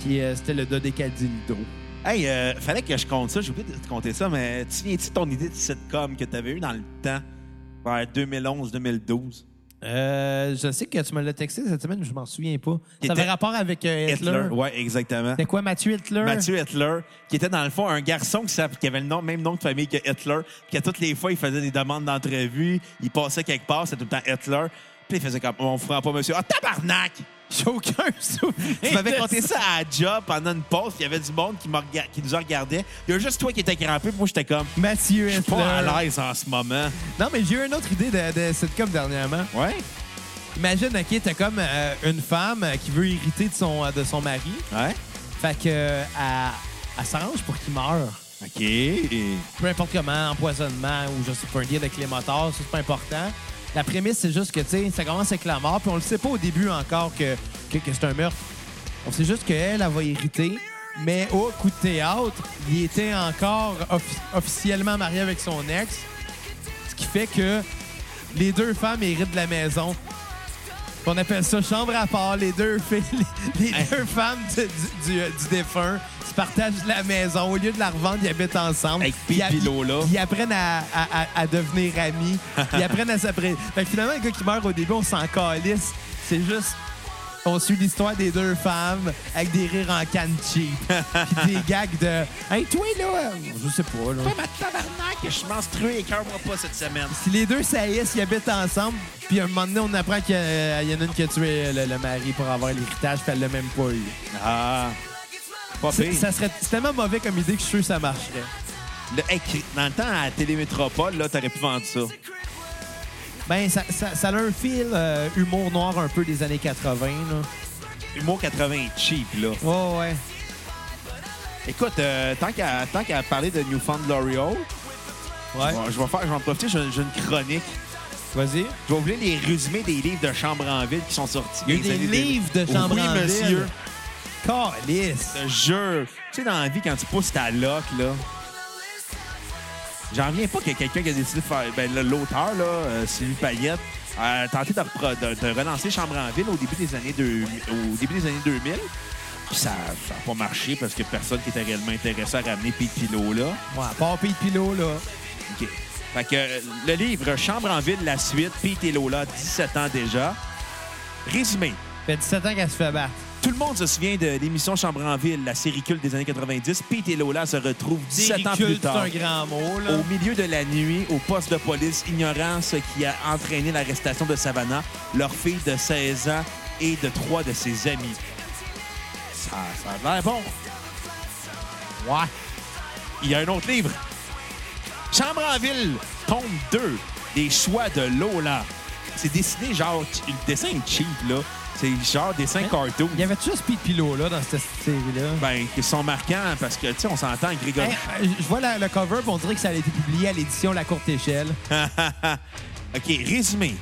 [SPEAKER 3] Puis euh, c'était le dodécadildo.
[SPEAKER 1] Hey, euh, fallait que je compte ça. J'ai oublié de te compter ça, mais tu viens-tu de ton idée de sitcom que t'avais eue dans le temps, vers 2011-2012?
[SPEAKER 3] Euh, je sais que tu me l'as texté cette semaine, je m'en souviens pas.
[SPEAKER 1] Il
[SPEAKER 3] Ça avait
[SPEAKER 1] était-
[SPEAKER 3] rapport avec euh, Hitler.
[SPEAKER 1] Hitler. Ouais, exactement.
[SPEAKER 3] C'était quoi, Mathieu Hitler?
[SPEAKER 1] Mathieu Hitler, qui était dans le fond un garçon qui, s'app- qui avait le nom, même nom de famille que Hitler, qui à toutes les fois, il faisait des demandes d'entrevue, il passait quelque part, c'était tout le temps Hitler. Puis il faisait comme, on prend pas monsieur. Ah, tabarnak!
[SPEAKER 3] J'ai aucun souvenir.
[SPEAKER 1] Tu m'avais
[SPEAKER 3] de
[SPEAKER 1] conté ça à la job pendant une pause, puis il y avait du monde qui, m'a rega- qui nous a regardé. Il y a juste toi qui étais crampé, puis moi j'étais comme,
[SPEAKER 3] Mathieu
[SPEAKER 1] je suis
[SPEAKER 3] Hitler.
[SPEAKER 1] pas à l'aise en ce moment.
[SPEAKER 3] Non, mais j'ai eu une autre idée de, de sitcom dernièrement.
[SPEAKER 1] Ouais?
[SPEAKER 3] Imagine, OK, t'as comme euh, une femme euh, qui veut hériter de son, euh, de son mari.
[SPEAKER 1] Ouais?
[SPEAKER 3] Fait que euh, elle, elle s'arrange pour qu'il meure.
[SPEAKER 1] OK. Et-
[SPEAKER 3] Peu importe comment, empoisonnement ou je sais pas, un deal avec les motards, ça, c'est pas important. La prémisse, c'est juste que, tu sais, ça commence avec la mort, puis on le sait pas au début encore que, que, que c'est un meurtre. On sait juste qu'elle, elle va hériter. Mais au coup de théâtre, il était encore offi- officiellement marié avec son ex, ce qui fait que les deux femmes héritent de la maison. On appelle ça chambre à part. Les deux, filles, les
[SPEAKER 1] Hey.
[SPEAKER 3] deux femmes du, du- du- du défunt se partagent la maison. Au lieu de la revendre, ils habitent ensemble.
[SPEAKER 1] Avec Pete
[SPEAKER 3] Ils-
[SPEAKER 1] puis Lola.
[SPEAKER 3] Ils apprennent à, à- à- à devenir amis. ils apprennent à s'apprécier. Fait que finalement, le gars qui meurt au début, on s'en calisse. C'est juste... On suit l'histoire des deux femmes avec des rires en canne cheap. Puis des gags de... Hey, toi, là... Je sais pas, là.
[SPEAKER 1] Pas ma tabarnak, je suis menstrué et cœur-moi pas cette semaine.
[SPEAKER 3] Si les deux saillissent, ils habitent ensemble, puis à un moment donné, on apprend qu'il y, a- il y en a une qui a tué le, le mari pour avoir l'héritage, puis elle l'a même pas eu.
[SPEAKER 1] Ah. Pas
[SPEAKER 3] C'est-
[SPEAKER 1] pire.
[SPEAKER 3] Ça serait c'est tellement mauvais comme idée que je suis sûr que ça marcherait.
[SPEAKER 1] Le- hey, cri- dans le temps, à Télémétropole, là, t'aurais pu vendre ça.
[SPEAKER 3] Ben, ça, ça, ça a un fil euh, humour noir un peu des années 80, là.
[SPEAKER 1] Humour 80 est cheap, là.
[SPEAKER 3] Ouais, ouais.
[SPEAKER 1] Écoute, euh, tant qu'à tant qu'à parler de Newfound L'Oreal,
[SPEAKER 3] Ouais.
[SPEAKER 1] bon, je vais faire, je vais en profiter, j'ai j'ai une chronique.
[SPEAKER 3] Vas-y.
[SPEAKER 1] Je vais vous lire les résumés des livres de Chambre en ville qui sont sortis.
[SPEAKER 3] Il y a eu
[SPEAKER 1] les
[SPEAKER 3] des
[SPEAKER 1] années
[SPEAKER 3] livres de
[SPEAKER 1] 2000.
[SPEAKER 3] chambre
[SPEAKER 1] Oui,
[SPEAKER 3] en
[SPEAKER 1] monsieur.
[SPEAKER 3] Calice.
[SPEAKER 1] Je te jure. Tu sais, dans la vie, quand tu pousses ta loc, là, j'en reviens pas que quelqu'un qui a décidé de faire. Ben, là, l'auteur, là, euh, Sylvie Payette, a tenté de, repro- de- de relancer Chambre en ville au début des années, 2000 au début des années 2000. Puis ça n'a pas marché parce que personne qui était réellement intéressé à ramener Pete Pilot, là.
[SPEAKER 3] Ouais, à part Pete Pilot, là.
[SPEAKER 1] OK. Fait que euh, le livre Chambre en ville, la suite, Pete et Lola, 17 ans déjà. Résumé.
[SPEAKER 3] Fait 17 ans qu'elle se fait battre.
[SPEAKER 1] Tout le monde se souvient de l'émission Chambre en ville, la série culte des années 90. Pete et Lola se retrouvent 17 ans plus
[SPEAKER 3] Ridicule,
[SPEAKER 1] tard.
[SPEAKER 3] C'est un grand mot, là.
[SPEAKER 1] Au milieu de la nuit, au poste de police, ignorant ce qui a entraîné l'arrestation de Savannah, leur fille de 16 ans et de trois de ses amis. Ça, ça a l'air bon.
[SPEAKER 3] Ouais.
[SPEAKER 1] Il y a un autre livre. Chambre en ville, tombe 2, des choix de Lola. C'est dessiné genre, le dessin est cheap, là. C'est genre dessin
[SPEAKER 3] Hein?
[SPEAKER 1] cartoon.
[SPEAKER 3] Il y avait juste Pete Pilot, là, dans cette série-là.
[SPEAKER 1] Ben, qui sont marquants parce que, tu sais, on s'entend, Grégory.
[SPEAKER 3] Hey, euh, je vois la- le cover, puis on dirait que ça a été publié à l'édition La Courte Échelle.
[SPEAKER 1] OK, résumé.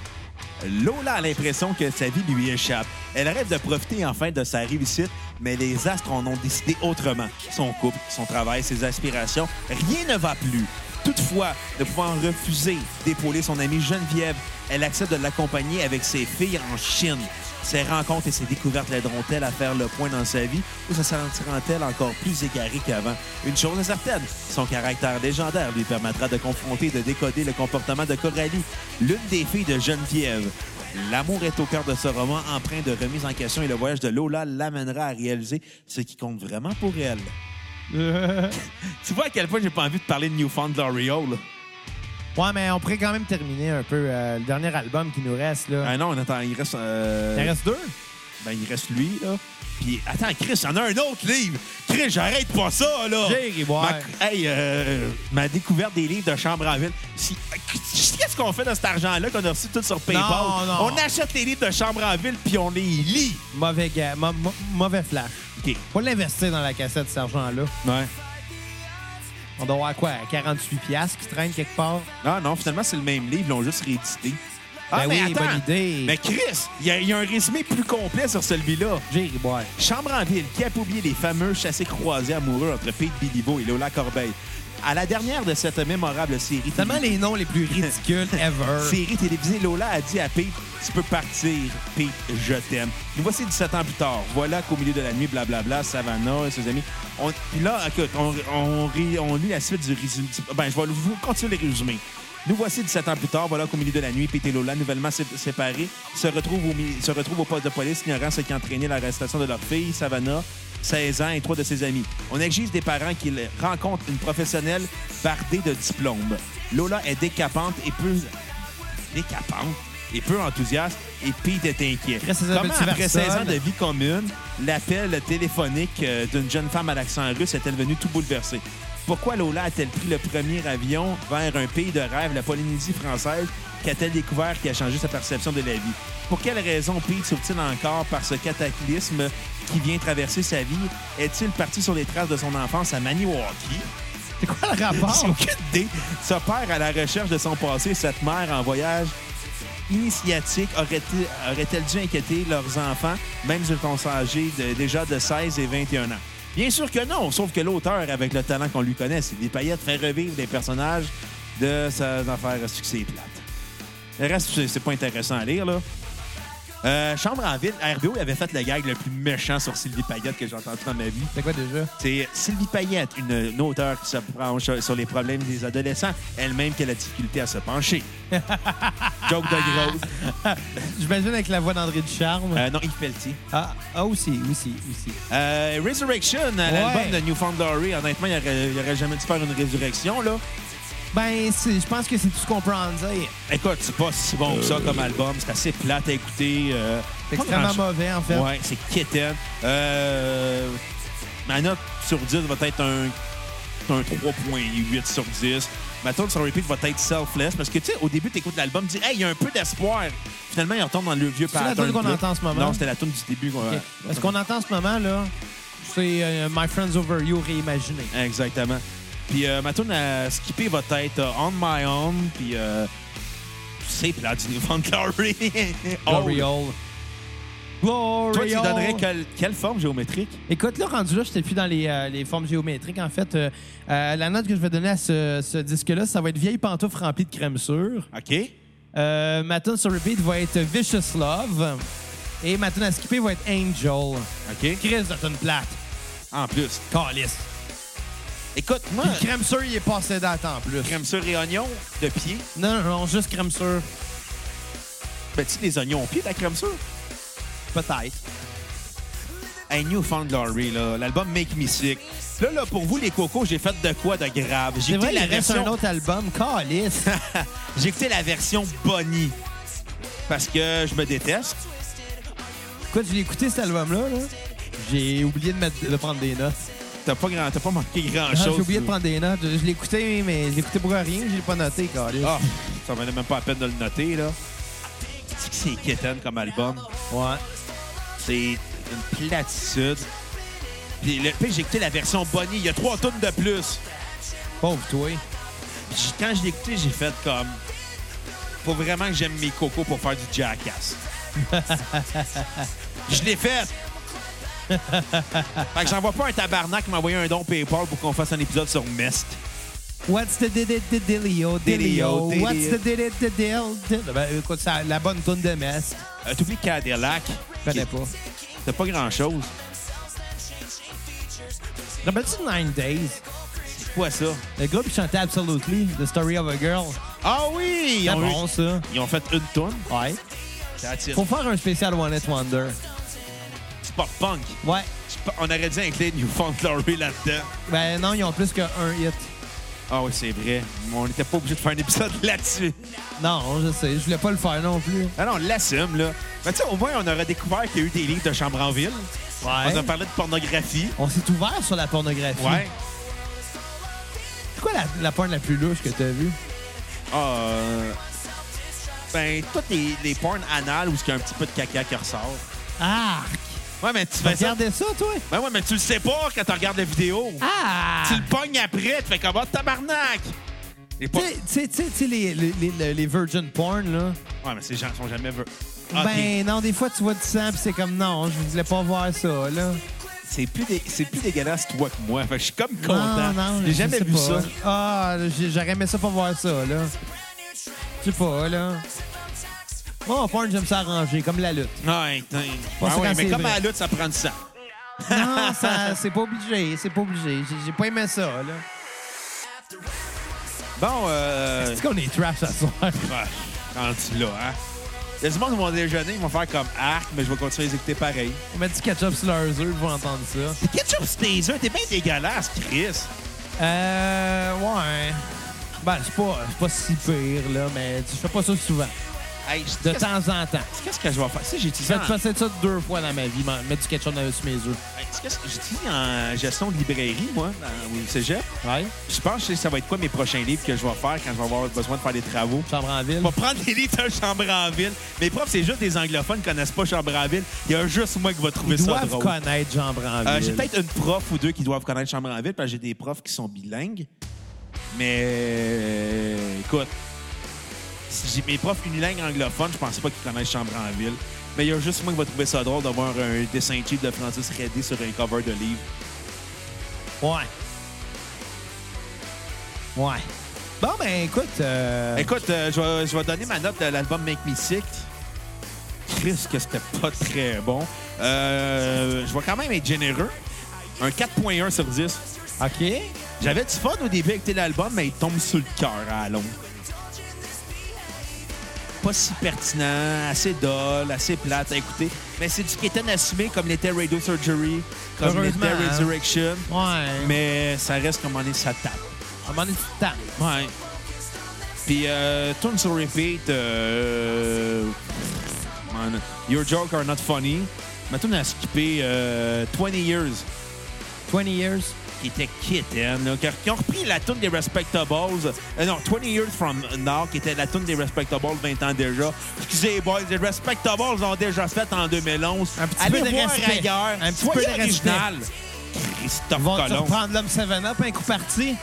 [SPEAKER 1] Lola a l'impression que sa vie lui échappe. Elle rêve de profiter enfin de sa réussite, mais les astres en ont décidé autrement. Son couple, son travail, ses aspirations, rien ne va plus. Toutefois, ne pouvant refuser d'épauler son amie Geneviève, elle accepte de l'accompagner avec ses filles en Chine. Ses rencontres et ses découvertes l'aideront-elles à faire le point dans sa vie ou se sentiront-elles encore plus égarées qu'avant? Une chose est certaine, son caractère légendaire lui permettra de confronter et de décoder le comportement de Coralie, l'une des filles de Geneviève. L'amour est au cœur de ce roman empreint de remise en question et le voyage de Lola l'amènera à réaliser ce qui compte vraiment pour elle. Tu vois à quel point j'ai pas envie de parler de Newfound L'Oreal. là.
[SPEAKER 3] Ouais, mais on pourrait quand même terminer un peu euh, le dernier album qui nous reste, là.
[SPEAKER 1] Ah non, attends, il reste... euh,
[SPEAKER 3] Il en reste deux?
[SPEAKER 1] Ben, il reste lui, là. Puis, attends, Chris, il y en a un autre livre. Chris, j'arrête pas ça, là.
[SPEAKER 3] Jerry Boy.
[SPEAKER 1] Ma, hey, euh, ma découverte des livres de Chambre en ville. Si- Qu'est-ce qu'on fait de cet argent-là qu'on a reçu tout sur PayPal?
[SPEAKER 3] Non, non.
[SPEAKER 1] On achète les livres de Chambre en ville, puis on les lit.
[SPEAKER 3] Mauvais, ga- mo- mo- mauvais flash.
[SPEAKER 1] OK.
[SPEAKER 3] Faut l'investir dans la cassette, cet argent-là.
[SPEAKER 1] Ouais.
[SPEAKER 3] On doit avoir quoi? 48 piastres qui traînent quelque part?
[SPEAKER 1] Non, non, finalement, c'est le même livre. Ils l'ont juste réédité. Ah,
[SPEAKER 3] Ben oui, bonne idée.
[SPEAKER 1] Mais Chris, il y, a- il y a un résumé plus complet sur celui-là.
[SPEAKER 3] Jerry Boy.
[SPEAKER 1] Chambre en ville, qui a publié les fameux chassés-croisés amoureux entre Pete Biliveau et Lola Corbeil. À la dernière de cette mémorable série,
[SPEAKER 3] Tellement les noms les plus ridicules ever.
[SPEAKER 1] série télévisée, Lola a dit à Pete Tu peux partir, Pete, je t'aime. Nous voici 17 ans plus tard. Voilà qu'au milieu de la nuit, blablabla, Savannah et ses amis. On, puis là, écoute, on, on, rit- on lit la suite du résumé. Ben, je vais vous continuer les résumés. Nous voici 17 ans plus tard, voilà qu'au milieu de la nuit, Pete et Lola, nouvellement sé- séparés, se retrouvent, au mi- se retrouvent au poste de police, ignorant ce qui a entraîné l'arrestation de leur fille, Savannah, 16 ans, et trois de ses amis. On exige des parents qu'ils rencontrent une professionnelle bardée de diplômes. Lola est décapante et peu... Décapante? Et peu enthousiaste, et Pete est inquiet.
[SPEAKER 3] Après, c'est un
[SPEAKER 1] Comment,
[SPEAKER 3] petit
[SPEAKER 1] après
[SPEAKER 3] Versailles.
[SPEAKER 1] 16 ans de vie commune, l'appel téléphonique euh, d'une jeune femme à l'accent russe est-elle venue tout bouleverser? Pourquoi Lola a-t-elle pris le premier avion vers un pays de rêve, la Polynésie française, qu'a-t-elle découvert qui a changé sa perception de la vie? Pour quelle raison Pete souffre-t-il encore par ce cataclysme qui vient traverser sa vie? Est-il parti sur les traces de son enfance à Maniwaki?
[SPEAKER 3] C'est quoi le rapport?
[SPEAKER 1] J'ai aucune idée. Sa père à la recherche de son passé, cette mère en voyage initiatique aurait-il- aurait-elle dû inquiéter leurs enfants, même s'ils sont âgés de- déjà de 16 et 21 ans? Bien sûr que non, sauf que l'auteur, avec le talent qu'on lui connaît, c'est des paillettes, fait revivre des personnages de ses affaires à succès plate. Le reste, c'est- c'est pas intéressant à lire, là. Euh, Chambre en ville, RBO avait fait le gag le plus méchant sur Sylvie Payette que j'ai entendu dans ma vie.
[SPEAKER 3] C'est quoi déjà?
[SPEAKER 1] C'est Sylvie Payette, une, une auteure qui se penche sur les problèmes des adolescents, elle-même qui a la difficulté à se pencher. Joke de grosse.
[SPEAKER 3] J'imagine avec la voix d'André Ducharme.
[SPEAKER 1] Euh, non, Yves Pelletier.
[SPEAKER 3] Ah, ah, aussi, aussi, aussi.
[SPEAKER 1] Euh, Resurrection, à l'album de Newfound Glory. Honnêtement, il aurait, il aurait jamais dû faire une résurrection, là.
[SPEAKER 3] Ben, c'est- je pense que c'est tout ce qu'on peut en dire.
[SPEAKER 1] Écoute, c'est pas si bon que ça comme album. C'est assez plate à écouter. euh,
[SPEAKER 3] C'est
[SPEAKER 1] pas
[SPEAKER 3] extrêmement
[SPEAKER 1] grand-chose.
[SPEAKER 3] mauvais, en fait.
[SPEAKER 1] Ouais, c'est quétaine. Euh, ma note sur 10 va être un, un 3.8 sur 10. Ma tune sur repeat va être selfless parce que, tu sais, au début, tu écoutes l'album, tu dis, hey, il y a un peu d'espoir. Finalement, il retombe dans le vieux
[SPEAKER 3] la
[SPEAKER 1] pattern.
[SPEAKER 3] tune qu'on
[SPEAKER 1] de-
[SPEAKER 3] entend en ce moment?
[SPEAKER 1] Non, c'était la tune du début. qu'on-
[SPEAKER 3] Ok. Parce qu'on entend en ce moment, là, c'est euh, My Friends Over You réimaginé.
[SPEAKER 1] Euh, Exactement. Puis euh, ma tune à skipper va être euh, On My Own. Puis euh, c'est plat du Newfound Glory.
[SPEAKER 3] Glory
[SPEAKER 1] Oh.
[SPEAKER 3] Hole. Glory
[SPEAKER 1] Toi, tu
[SPEAKER 3] Hole.
[SPEAKER 1] donnerais quelle, quelle forme géométrique?
[SPEAKER 3] Écoute, là, rendu là, je plus dans les, euh, les formes géométriques. En fait, Euh, euh, la note que je vais donner à ce, ce disque-là, ça va être Vieille pantoufle remplie de crème sûre.
[SPEAKER 1] OK.
[SPEAKER 3] Euh, ma tune sur repeat va être Vicious Love. Et ma tune à skipper va être Angel.
[SPEAKER 1] OK.
[SPEAKER 3] Chris de tune plate.
[SPEAKER 1] En plus.
[SPEAKER 3] Calice.
[SPEAKER 1] Écoute, moi.
[SPEAKER 3] Puis crème sûre, il est passé date en plus.
[SPEAKER 1] crème sur et oignons de pied.
[SPEAKER 3] Non, non, non, juste crème sûre.
[SPEAKER 1] Ben, tu sais, les oignons au pied, de la crème sur.
[SPEAKER 3] Peut-être.
[SPEAKER 1] Hey, Newfound Glory, là, l'album Make Me Sick. Là, là, pour vous, les cocos, j'ai fait de quoi de grave? J'ai
[SPEAKER 3] C'est
[SPEAKER 1] écouté,
[SPEAKER 3] vrai, il
[SPEAKER 1] la
[SPEAKER 3] reste un
[SPEAKER 1] version...
[SPEAKER 3] autre album. Calice.
[SPEAKER 1] j'ai écouté la version Bonnie. Parce que je me déteste.
[SPEAKER 3] Quoi, je l'ai écouté cet album-là. là. J'ai oublié de, mettre- de prendre des notes.
[SPEAKER 1] T'as pas, grand... t'as pas manqué
[SPEAKER 3] Ah,
[SPEAKER 1] grand-chose.
[SPEAKER 3] J'ai oublié de prendre des notes. Je l'ai écouté, mais je l'ai écouté pour rien. Je l'ai pas noté, Calice.
[SPEAKER 1] Ah, ça valait même pas la peine de le noter, là. C'est que c'est quétaine comme album.
[SPEAKER 3] Ouais.
[SPEAKER 1] C'est une platitude. Puis, le... puis j'ai écouté la version Bonnie. Il y a trois tonnes de plus.
[SPEAKER 3] Pauvre toi.
[SPEAKER 1] Puis j- quand je l'ai écouté, j'ai fait comme. Faut vraiment que j'aime mes cocos pour faire du jackass. je l'ai fait! fait que j'envoie pas un tabarnak m'envoyer un don PayPal pour qu'on fasse un épisode sur Mist.
[SPEAKER 3] What's the did it the dealio,
[SPEAKER 1] Dealio,
[SPEAKER 3] dealio?
[SPEAKER 1] dealio.
[SPEAKER 3] What's the did it the deal? deal- Ben, écoute, ça, la bonne toune de messe.
[SPEAKER 1] Euh, T'oublies Cadillac.
[SPEAKER 3] Je connais pas.
[SPEAKER 1] T'as pas grand chose.
[SPEAKER 3] Rappelles-tu de Nine Days?
[SPEAKER 1] Quoi ça?
[SPEAKER 3] Le groupe qui chantait Absolutely, The Story of a Girl.
[SPEAKER 1] Ah oui! Ils
[SPEAKER 3] C'est
[SPEAKER 1] ont, eu-
[SPEAKER 3] bon, ça.
[SPEAKER 1] ils ont fait une tonne.
[SPEAKER 3] Ouais.
[SPEAKER 1] C'est
[SPEAKER 3] Faut faire un spécial One Hit Wonder.
[SPEAKER 1] pop punk.
[SPEAKER 3] Ouais.
[SPEAKER 1] C'est pas- On aurait dû inclure Newfound Glory là-dedans.
[SPEAKER 3] Ben non, ils ont plus qu'un hit.
[SPEAKER 1] Ah oui, c'est vrai. On n'était pas obligé de faire un épisode là-dessus.
[SPEAKER 3] Non, je sais. Je voulais pas le faire non plus. Ouais.
[SPEAKER 1] Ah non, on l'assume, là. Mais tu sais, au moins, on aurait découvert qu'il y a eu des livres de chambre en ville. On a parlé de pornographie.
[SPEAKER 3] On s'est ouvert sur la pornographie.
[SPEAKER 1] Ouais.
[SPEAKER 3] C'est quoi la, la porn la plus louche que t'as vue?
[SPEAKER 1] Ah, euh, Ben, toutes les, les pornes anales où il y a un petit peu de caca qui ressort.
[SPEAKER 3] Ah!
[SPEAKER 1] Ouais, mais tu fais ça.
[SPEAKER 3] Regardez ça, toi!
[SPEAKER 1] Ben ouais, mais tu le sais pas quand tu regardes la vidéo.
[SPEAKER 3] Ah!
[SPEAKER 1] Tu le pognes après, tu fais comme oh, tabarnak. Les
[SPEAKER 3] Tu
[SPEAKER 1] porn-
[SPEAKER 3] sais- Tu sais- tu sais, tu sais, les, les, les- les virgin porn, là.
[SPEAKER 1] Ouais, mais ces gens sont jamais. veu- Ah, des-
[SPEAKER 3] Ben non, des fois, tu vois du sang, pis c'est comme non, je voulais pas voir ça, là.
[SPEAKER 1] C'est plus, dé- c'est plus dégueulasse, toi que moi. Fait que je suis comme
[SPEAKER 3] Non,
[SPEAKER 1] content.
[SPEAKER 3] non,
[SPEAKER 1] J'ai
[SPEAKER 3] je
[SPEAKER 1] jamais
[SPEAKER 3] sais
[SPEAKER 1] vu
[SPEAKER 3] pas.
[SPEAKER 1] ça.
[SPEAKER 3] Ah, j'ai- j'aurais aimé ça pas voir ça, là. Je sais pas, là. Moi, en porn, j'aime ça arranger, comme la lutte.
[SPEAKER 1] Ouais, tain.
[SPEAKER 3] Bon,
[SPEAKER 1] Ah
[SPEAKER 3] c'est
[SPEAKER 1] ouais,
[SPEAKER 3] quand
[SPEAKER 1] mais
[SPEAKER 3] c'est
[SPEAKER 1] comme
[SPEAKER 3] vrai.
[SPEAKER 1] à la lutte, ça prend du sang.
[SPEAKER 3] Non, ça, c'est pas obligé, c'est pas obligé. J'ai- J'ai pas aimé ça, là.
[SPEAKER 1] Bon, euh.
[SPEAKER 3] C'est qu'on est trash ce soir.
[SPEAKER 1] Ouais, rendu là, hein. Il y a du monde qui vont déjeuner, ils vont faire comme arc, mais je vais continuer à les écouter pareil.
[SPEAKER 3] On met du ketchup sur leurs œufs, ils vont entendre ça.
[SPEAKER 1] Ketchup sur tes yeux, t'es bien dégueulasse, Chris.
[SPEAKER 3] Euh. Ouais. Ben, c'est pas, c'est pas si pire, là, mais je fais pas ça souvent.
[SPEAKER 1] Hey,
[SPEAKER 3] De
[SPEAKER 1] qu'est-ce-
[SPEAKER 3] temps en temps.
[SPEAKER 1] Qu'est-ce que je vais faire? Tu sais, j'ai
[SPEAKER 3] Je
[SPEAKER 1] étudié
[SPEAKER 3] vais
[SPEAKER 1] en,
[SPEAKER 3] passer ça deux fois dans ma vie, man. mettre du ketchup dans- sur mes œufs.
[SPEAKER 1] Hey, tu sais, qu'est-ce que j'ai étudié en gestion de librairie, moi, dans- au cégep.
[SPEAKER 3] Ouais?
[SPEAKER 1] Je pense que je sais ça va être quoi mes prochains livres que je vais faire quand je vais avoir besoin de faire des travaux.
[SPEAKER 3] Chambre en ville.
[SPEAKER 1] Je vais prendre des livres de Chambranville. Mes profs, c'est juste des anglophones qui connaissent pas Chambranville. Il y a juste moi qui va trouver
[SPEAKER 3] Ils
[SPEAKER 1] ça
[SPEAKER 3] doivent
[SPEAKER 1] drôle.
[SPEAKER 3] connaître Jean
[SPEAKER 1] Euh, j'ai
[SPEAKER 3] Branville.
[SPEAKER 1] peut-être une prof ou deux qui doivent connaître Chambranville parce que j'ai des profs qui sont bilingues. Mais euh, écoute, si j'ai mes profs unilingues anglophones, je pense pas qu'ils connaissent Chambranville. Mais il y a juste moi qui va trouver ça drôle d'avoir un dessin cheap de Francis Reddy sur un cover de livre.
[SPEAKER 3] Ouais. Ouais. Bon, ben, écoute. euh,
[SPEAKER 1] Écoute, euh, je vais- je vais donner ma note de l'album Make Me Sick. Chris, que c'était pas très bon. Euh, je vais quand même être généreux. Un 4.1 sur 10.
[SPEAKER 3] OK.
[SPEAKER 1] J'avais du fun au début à écouter l'album, mais il tombe sur le cœur à long. Pas si pertinent, assez dole, assez plate à écouter. Mais c'est du Kitten assumé comme l'était Radio Surgery, comme
[SPEAKER 3] Heureusement,
[SPEAKER 1] l'était
[SPEAKER 3] hein.
[SPEAKER 1] Resurrection.
[SPEAKER 3] Ouais.
[SPEAKER 1] Mais ça reste comme on est, ça tape.
[SPEAKER 3] À un moment donné, tu te tannes.
[SPEAKER 1] Ouais. Puis euh, Turn sur Repeat, euh, man, Your Jokes Are Not Funny. Ma tune a skippé euh, 20 Years,
[SPEAKER 3] 20 years.
[SPEAKER 1] qui était kitten. Là, qui, qui ont repris la tune des Respectables. Euh, non, 20 Years from Now, qui était la tune des Respectables 20 ans déjà. Excusez, les boys, les Respectables ont déjà fait en 2011.
[SPEAKER 3] Un petit
[SPEAKER 1] Allez
[SPEAKER 3] peu de
[SPEAKER 1] voir
[SPEAKER 3] respect.
[SPEAKER 1] ailleurs.
[SPEAKER 3] Un petit
[SPEAKER 1] Soyez
[SPEAKER 3] peu de respect.
[SPEAKER 1] original. Christophe
[SPEAKER 3] Vont te
[SPEAKER 1] Colomb.
[SPEAKER 3] reprendre l'homme 7-up, un coup parti.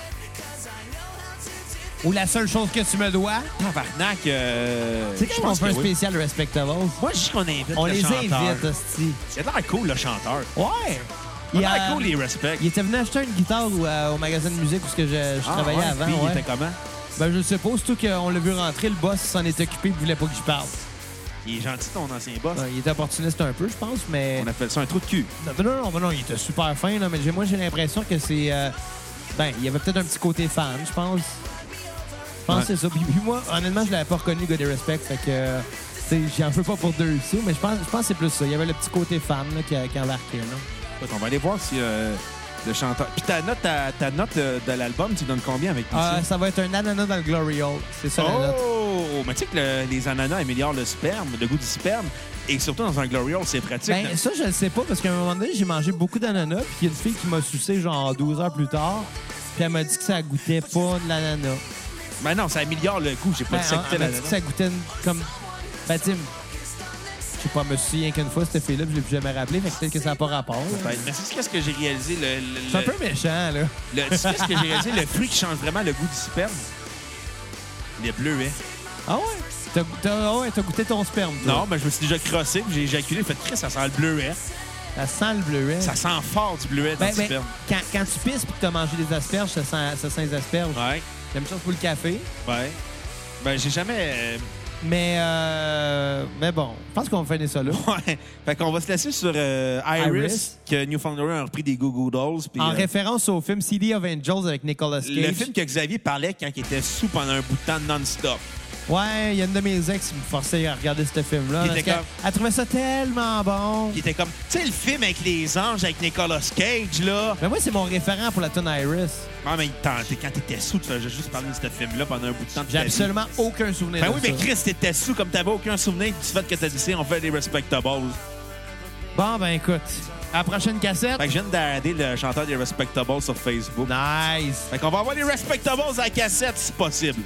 [SPEAKER 3] Ou la seule chose que tu me dois.
[SPEAKER 1] Tabarnak. euh,
[SPEAKER 3] C'est
[SPEAKER 1] je
[SPEAKER 3] quand on
[SPEAKER 1] pense
[SPEAKER 3] fait un
[SPEAKER 1] que oui.
[SPEAKER 3] spécial Respectables.
[SPEAKER 1] Moi, je dis qu'on invite
[SPEAKER 3] On
[SPEAKER 1] le
[SPEAKER 3] les
[SPEAKER 1] chanteur.
[SPEAKER 3] invite, hostie.
[SPEAKER 1] Il a l'air cool, le chanteur.
[SPEAKER 3] Ouais.
[SPEAKER 1] Il
[SPEAKER 3] y
[SPEAKER 1] a l'air cool, il respecte.
[SPEAKER 3] Il était venu acheter une guitare au, euh, au magasin de musique où ce que je, je travaillais avant.
[SPEAKER 1] Ah, Puis
[SPEAKER 3] ouais.
[SPEAKER 1] il était comment?
[SPEAKER 3] Ben, je le sais pas, surtout qu'on l'a vu rentrer, le boss s'en est occupé et voulait pas que je parle.
[SPEAKER 1] Il est gentil, ton ancien boss.
[SPEAKER 3] Ouais, Il était opportuniste un peu, je pense, mais.
[SPEAKER 1] Ah. On appelle ça un trou de cul.
[SPEAKER 3] Non, non, non, non, non, il était super fin, là, mais j'ai- moi j'ai l'impression que c'est. euh, Ben, il y avait peut-être un petit côté fan, je pense. Je pense
[SPEAKER 1] Ouais.
[SPEAKER 3] que c'est ça. Puis, puis moi, honnêtement, je l'avais pas reconnu, God Respect, fait que. euh, tu sais, J'en veux pas pour deux sous, mais je pense, je pense que c'est plus ça. Il y avait le petit côté fan là, qui, qui embarquait. Là.
[SPEAKER 1] Écoute, on va aller voir si euh, le chanteur... Puis ta note, ta, ta note euh, de l'album, tu donnes combien avec nous?
[SPEAKER 3] Euh, ça va être un ananas dans le Glory Hole. C'est ça la note.
[SPEAKER 1] oh! Mais tu sais que le- les ananas améliorent le sperme, le goût du sperme. Et surtout, dans un Glory Hole, c'est pratique.
[SPEAKER 3] Ben, ça, je le sais pas, parce qu'à un moment donné, j'ai mangé beaucoup d'ananas, puis il y a une fille qui m'a sucé genre 12 heures plus tard, puis elle m'a dit que ça goûtait pas de l'ananas.
[SPEAKER 1] Ben non, ça améliore le goût. J'ai pas
[SPEAKER 3] Ben,
[SPEAKER 1] dit ça
[SPEAKER 3] elle
[SPEAKER 1] goûtait
[SPEAKER 3] m'a dit que
[SPEAKER 1] l'ananas.
[SPEAKER 3] ça goûtait une- comme. Ben, tu sais, je sais pas, je me souviens qu'une fois, cette fille-là, puis je l'ai plus jamais rappelé, fait que peut-être que ça n'a pas rapport. là.
[SPEAKER 1] Ben, Mais c'est ce que j'ai réalisé. Le, le-
[SPEAKER 3] C'est un
[SPEAKER 1] le-
[SPEAKER 3] peu méchant, là.
[SPEAKER 1] le- tu sais ce que j'ai réalisé? Le fruit qui change vraiment le goût du sperme. Les bleuets.
[SPEAKER 3] Ah ouais? T'as t'as- ah ouais, t'as goûté ton sperme, toi.
[SPEAKER 1] Non, mais je me suis déjà crossé, puis j'ai éjaculé. Fait que ça sent le bleuet.
[SPEAKER 3] Ça sent le bleuet.
[SPEAKER 1] Ça sent fort du bleuet dans
[SPEAKER 3] Ben,
[SPEAKER 1] le
[SPEAKER 3] ben,
[SPEAKER 1] sperme.
[SPEAKER 3] quand, quand tu pisses puis que t'as mangé des asperges, ça sent, ça sent les asperges.
[SPEAKER 1] Ouais,
[SPEAKER 3] La même chose pour le café.
[SPEAKER 1] ouais. Ben, j'ai jamais. euh,
[SPEAKER 3] Mais, euh, mais bon, je pense qu'on va finir ça là.
[SPEAKER 1] Ouais. Fait qu'on va se laisser sur euh, Iris,
[SPEAKER 3] Iris.
[SPEAKER 1] que Newfoundland a repris des Google Dolls. puis,
[SPEAKER 3] En
[SPEAKER 1] euh,
[SPEAKER 3] référence au film City of Angels avec Nicolas Cage.
[SPEAKER 1] le film que Xavier parlait quand il était sous pendant un bout de temps non-stop.
[SPEAKER 3] Ouais, il y a une de mes ex qui me forçait à regarder ce film-là.
[SPEAKER 1] Qui
[SPEAKER 3] parce
[SPEAKER 1] était
[SPEAKER 3] qu'elle-
[SPEAKER 1] comme-
[SPEAKER 3] Elle trouvait ça tellement bon.
[SPEAKER 1] Il était comme, tu sais, le film avec les anges, avec Nicolas Cage, là.
[SPEAKER 3] Mais moi, c'est mon référent pour la tune Iris.
[SPEAKER 1] En même temps, t'es- quand t'étais sous, tu faisais juste parler de ce film-là pendant un bout de temps. de
[SPEAKER 3] J'ai
[SPEAKER 1] ta vie.
[SPEAKER 3] absolument aucun souvenir
[SPEAKER 1] Ben
[SPEAKER 3] de
[SPEAKER 1] oui,
[SPEAKER 3] ça.
[SPEAKER 1] mais Chris, t'étais sous comme t'avais aucun souvenir du fait que t'as dit, on fait des Respectables.
[SPEAKER 3] Bon, ben écoute, à la prochaine cassette.
[SPEAKER 1] Fait que je viens d'aider le chanteur des Respectables sur Facebook.
[SPEAKER 3] Nice.
[SPEAKER 1] Fait qu'on va avoir les Respectables à la cassette si possible.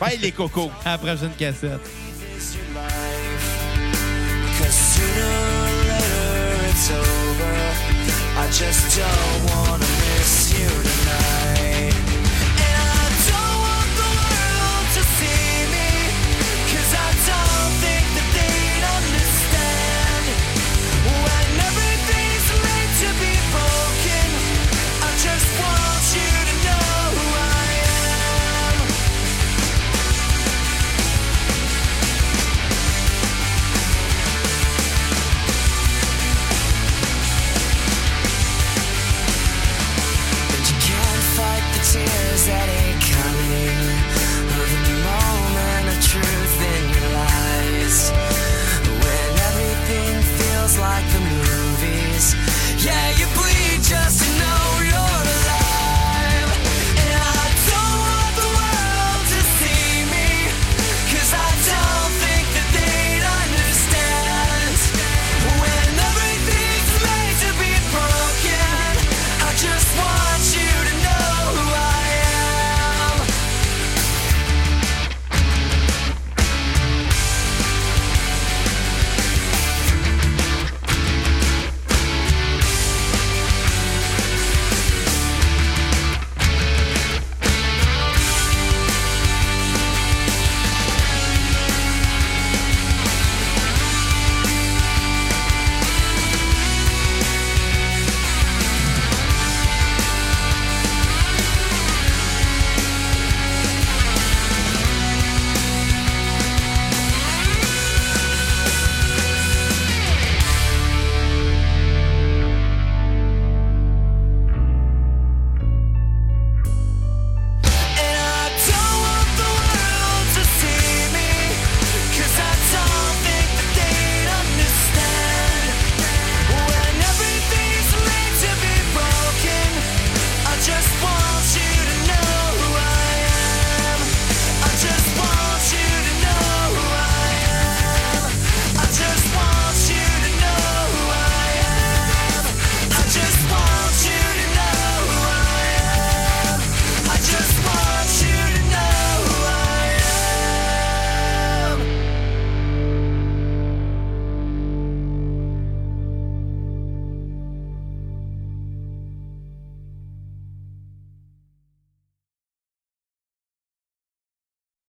[SPEAKER 1] Bye les cocos.
[SPEAKER 3] À la prochaine cassette.
[SPEAKER 2] is your life. Cause sooner or later it's over. I just don't wanna miss you tonight.